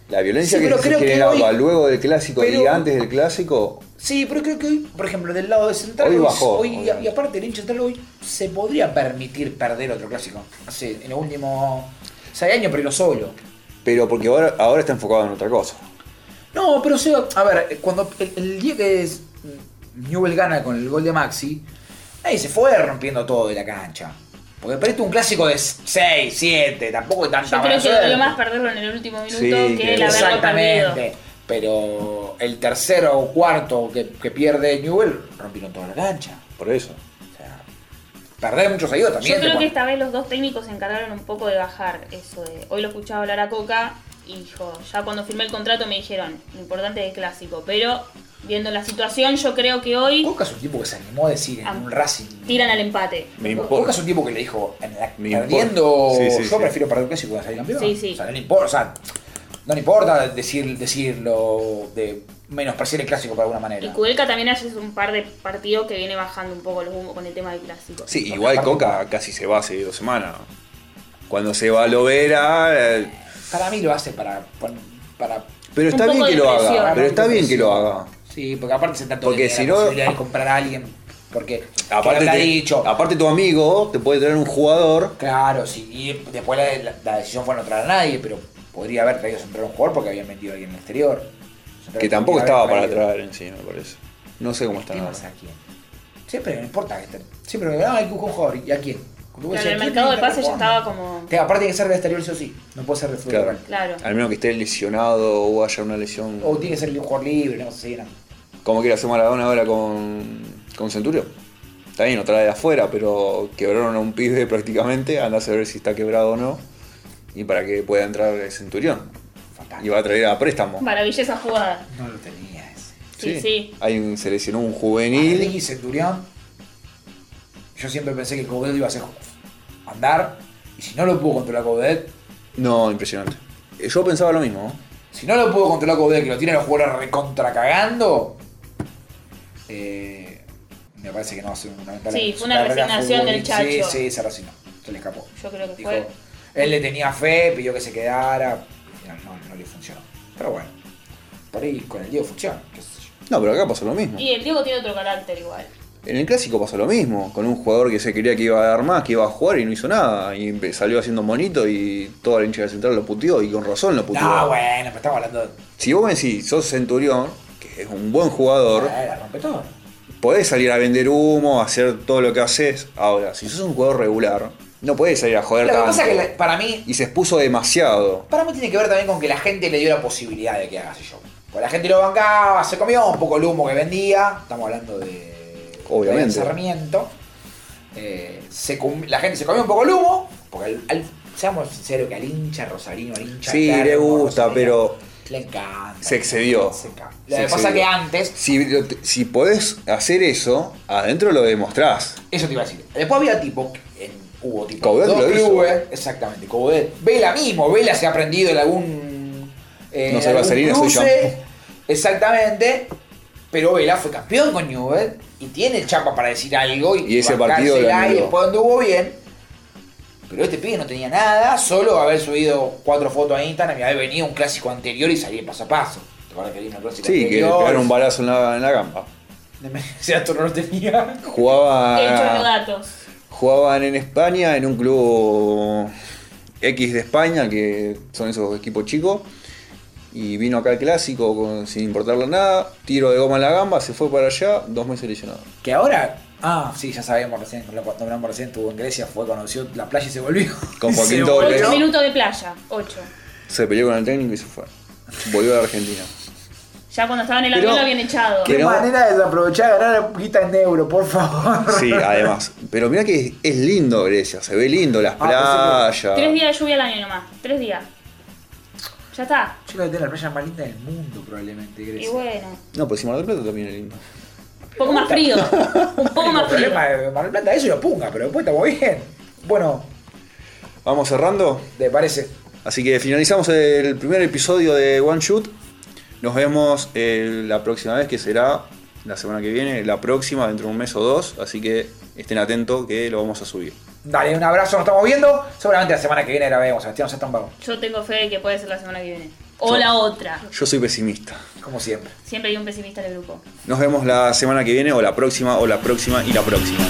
A: La violencia
B: Sí,
A: que
B: pero
A: se
B: creo que
A: generaba
B: hoy-
A: luego del clásico y
B: pero-
A: antes del clásico.
B: Sí, pero creo que hoy, por ejemplo, del lado de Central,
A: Hoy bajó,
B: hoy- y, a-
A: obviamente.
B: y aparte el hincha Central hoy se podría permitir perder otro clásico. No sé, en el último... 6 años, pero lo solo.
A: Pero porque ahora, ahora está enfocado en otra cosa.
B: No, pero Seba, a ver, eh, cuando el, el día que es- Newell gana con el gol de Maxi, ahí se fue rompiendo todo de la cancha. Porque perdiste un clásico de 6, 7, tampoco hay tanta
C: Yo
B: mala
C: creo que dolió
B: suerte.
C: más perderlo en el último minuto
A: Sí,
C: que
A: que-
C: el haberlo perdido.
B: Exactamente. Pero el tercero o cuarto que, que pierde Newell rompieron toda la cancha.
A: Por eso.
B: O sea, perder muchos seguidores también. te
C: Yo creo que
B: pone-
C: esta vez los dos técnicos se encargaron un poco de bajar eso de. Hoy lo escuchaba hablar a Coca y dijo, ya cuando firmé el contrato me dijeron, lo importante es el clásico. Pero viendo la situación, yo creo que hoy
B: Coca es un tipo que se animó a decir en
C: Ah.
B: un Racing.
C: tiran al empate.
A: Me
B: Coca
A: importa.
B: es un tipo que le dijo, en la-
A: Me
B: perdiendo,
A: importa. Sí, sí,
B: yo
A: sí.
B: prefiero perder un clásico que salir campeón.
C: Sí, sí.
B: O sea, no le importa, o sea, no le importa decir, decirlo de menospreciar el clásico por alguna
C: Y
B: manera.
C: Kudelka también hace un par de partidos que viene bajando un poco el humo con el tema del clásico.
A: Sí, igual Coca casi se va hace dos semanas. Cuando se va a Lovera. eh,
B: Para mí lo hace para... para
A: Pero
C: Un
A: está
C: poco
A: bien
C: de
A: que lo haga.
C: presión.
A: Pero está bien que lo haga.
B: Sí, porque aparte se trata
A: Porque
B: de la
A: si no-
B: posibilidad de comprar a alguien. Porque
A: Aparte,
B: te ha
A: te-
B: dicho.
A: aparte tu amigo te puede traer un jugador.
B: Claro, sí. Y después la, la- la decisión fue no traer a nadie, pero podría haber traído siempre a un jugador porque habían metido a alguien en el exterior.
A: Que tampoco estaba para
B: atrás
A: traer en sí, me parece. No sé cómo está
B: ¿Qué
A: nada.
B: más a quién? Siempre, no importa que esté. Siempre, ah, hay que buscar un jugador. ¿Y a quién? Como
C: Claro,
B: decía,
C: el
B: ¿quién
C: mercado de
B: tiene que
C: pases ya
B: estar
C: estaba
B: jugando?
C: como.
B: Te- aparte tiene que ser del exterior, sí o sí. No puede ser de fútbol.
A: Claro.
C: Claro.
A: Al menos que esté lesionado o haya una lesión.
B: O tiene que ser de un jugador libre, no sé, no.
A: Como quiere hacer Maradona ahora con, con Centurión. Está bien, lo trae de afuera, pero quebraron a un pibe prácticamente. Anda a saber si está quebrado o no. Y para que pueda entrar el Centurión. Y
B: Fantástico.
A: va a traer a préstamo.
C: Maravilla esa jugada.
B: No lo tenía ese.
C: Sí, sí.
A: Hay un, se lesionó un
B: Arregui,
A: juvenil.
B: Centurión. Yo siempre pensé que Coudet iba a ser andar. Y si no lo pudo controlar Coudet,
A: No, impresionante. Eh, Yo pensaba lo mismo. ¿no?
B: si no lo pudo controlar Coudet, que lo tiene los jugadores recontra cagando, eh, me parece que no va a ser una ventana.
C: Sí,
B: su
C: fue una
B: carrera
C: resignación del
B: futbolística.
C: Chacho.
B: Sí, sí, se resignó. Se le escapó.
C: Yo creo que
B: Dijo,
C: fue.
B: él le tenía fe, pidió que se quedara. y No, no, no le funcionó. Pero bueno, por ahí con el Diego funciona. qué sé yo.
A: No, pero acá pasó lo mismo.
C: Y el Diego tiene otro carácter igual.
A: En el clásico pasó lo mismo, con un jugador que se quería que iba a dar más, que iba a jugar y no hizo nada. Y empe- salió haciendo monito y toda la hincha de central lo puteó y con razón lo puteó.
B: No, bueno, pero estamos hablando de.
A: Si vos me decís, sos Centurión, que es un buen jugador,
B: Eh, la rompe todo.
A: podés salir a vender humo, hacer todo lo que haces. Ahora, si sos un jugador regular, no podés salir a joder
B: Lo que
A: tanto.
B: pasa es que la- para mí
A: Y se expuso demasiado.
B: Para mí tiene que ver también con que la gente le dio la posibilidad de que haga ese show. Porque la gente lo bancaba, se comió un poco el humo que vendía. Estamos hablando de.
A: Obviamente.
B: de Sarmiento. Eh, se com- la gente se comió un poco el humo. Porque al, al- seamos sinceros que al hincha rosarino, al hincha.
A: Sí,
B: termo,
A: le gusta,
B: rosarino,
A: pero
B: Le encanta.
A: se excedió.
B: Se encanta.
A: Se
B: Lo que pasa
A: excedió.
B: que antes.
A: Si, lo- si podés hacer eso, adentro lo demostrás.
B: Eso te iba a decir. Después había tipo. en- hubo tipo.
A: Coudet
B: dos
A: lo hizo.
B: clubes, Exactamente. Coudet. Vela mismo. Vela se ha aprendido en algún. eh,
A: No soy
B: algún
A: Vaselina, soy
B: cruce. Exactamente. Pero Vela fue campeón con Newell y tiene chapa para decir algo. Y,
A: Y ese partido
B: bancársela,
A: lo anuló.
B: Y después anduvo bien. Pero este pibe no tenía nada, solo haber subido cuatro fotos a Instagram y haber venido a un clásico anterior y salir paso a paso. ¿Te acuerdas que había un clásico
A: Sí, que le
B: anterior?
A: pegaron un balazo en la, en la gamba.
B: Seattle no lo tenía.
A: Ah.
C: He hecho los
A: Jugaba,
C: datos.
A: jugaban en España, en un club X de España, que son esos equipos chicos. Y vino acá al clásico con- sin importarle nada. Tiro de goma en la gamba, se fue para allá, dos meses lesionado.
B: Que ahora. Ah, sí, ya sabíamos recién, lo nombramos recién, estuvo en Grecia, fue, conoció la playa y se volvió.
A: Con
B: Se
A: Joaquín
B: volvió.
A: Doble.
C: Ocho
A: Volvió.
C: minutos de playa. Ocho.
A: Se peleó con el técnico y se fue. Volvió a Argentina.
C: Ya cuando estaba en el
A: Pero-
C: avión lo habían echado.
B: Qué
A: Pero-
B: manera de aprovechar ganar guita en euro, por favor.
A: Sí, además. Pero mira que es lindo Grecia, se ve lindo las
B: Ah,
A: playas.
C: Tres días de lluvia al año nomás. Tres días. Ya está.
B: Yo creo que tiene la playa más linda del mundo, probablemente, Grecia.
C: Y bueno.
A: No, pero si Mar del Plata también es lindo.
C: Un poco más frío. Un poco
B: El
C: más frío.
B: problema de Mar del Plata, eso y lo punga, pero después estamos bien. Bueno,
A: Vamos cerrando.
B: ¿te parece?
A: Así que finalizamos el primer episodio de One Shoot. Nos vemos eh, la próxima vez, que será la semana que viene, la próxima, dentro de un mes o dos. Así que estén atentos que lo vamos a subir.
B: Dale, un abrazo, nos estamos viendo. Seguramente la semana que viene grabemos, Sebastián, ya tan vago,
C: Yo tengo fe de que puede ser la semana que viene. O
A: Yo-
C: la otra.
A: Yo soy pesimista.
B: como siempre.
C: Siempre hay un pesimista en el grupo.
A: Nos vemos la semana que viene, o la próxima, o la próxima y la próxima.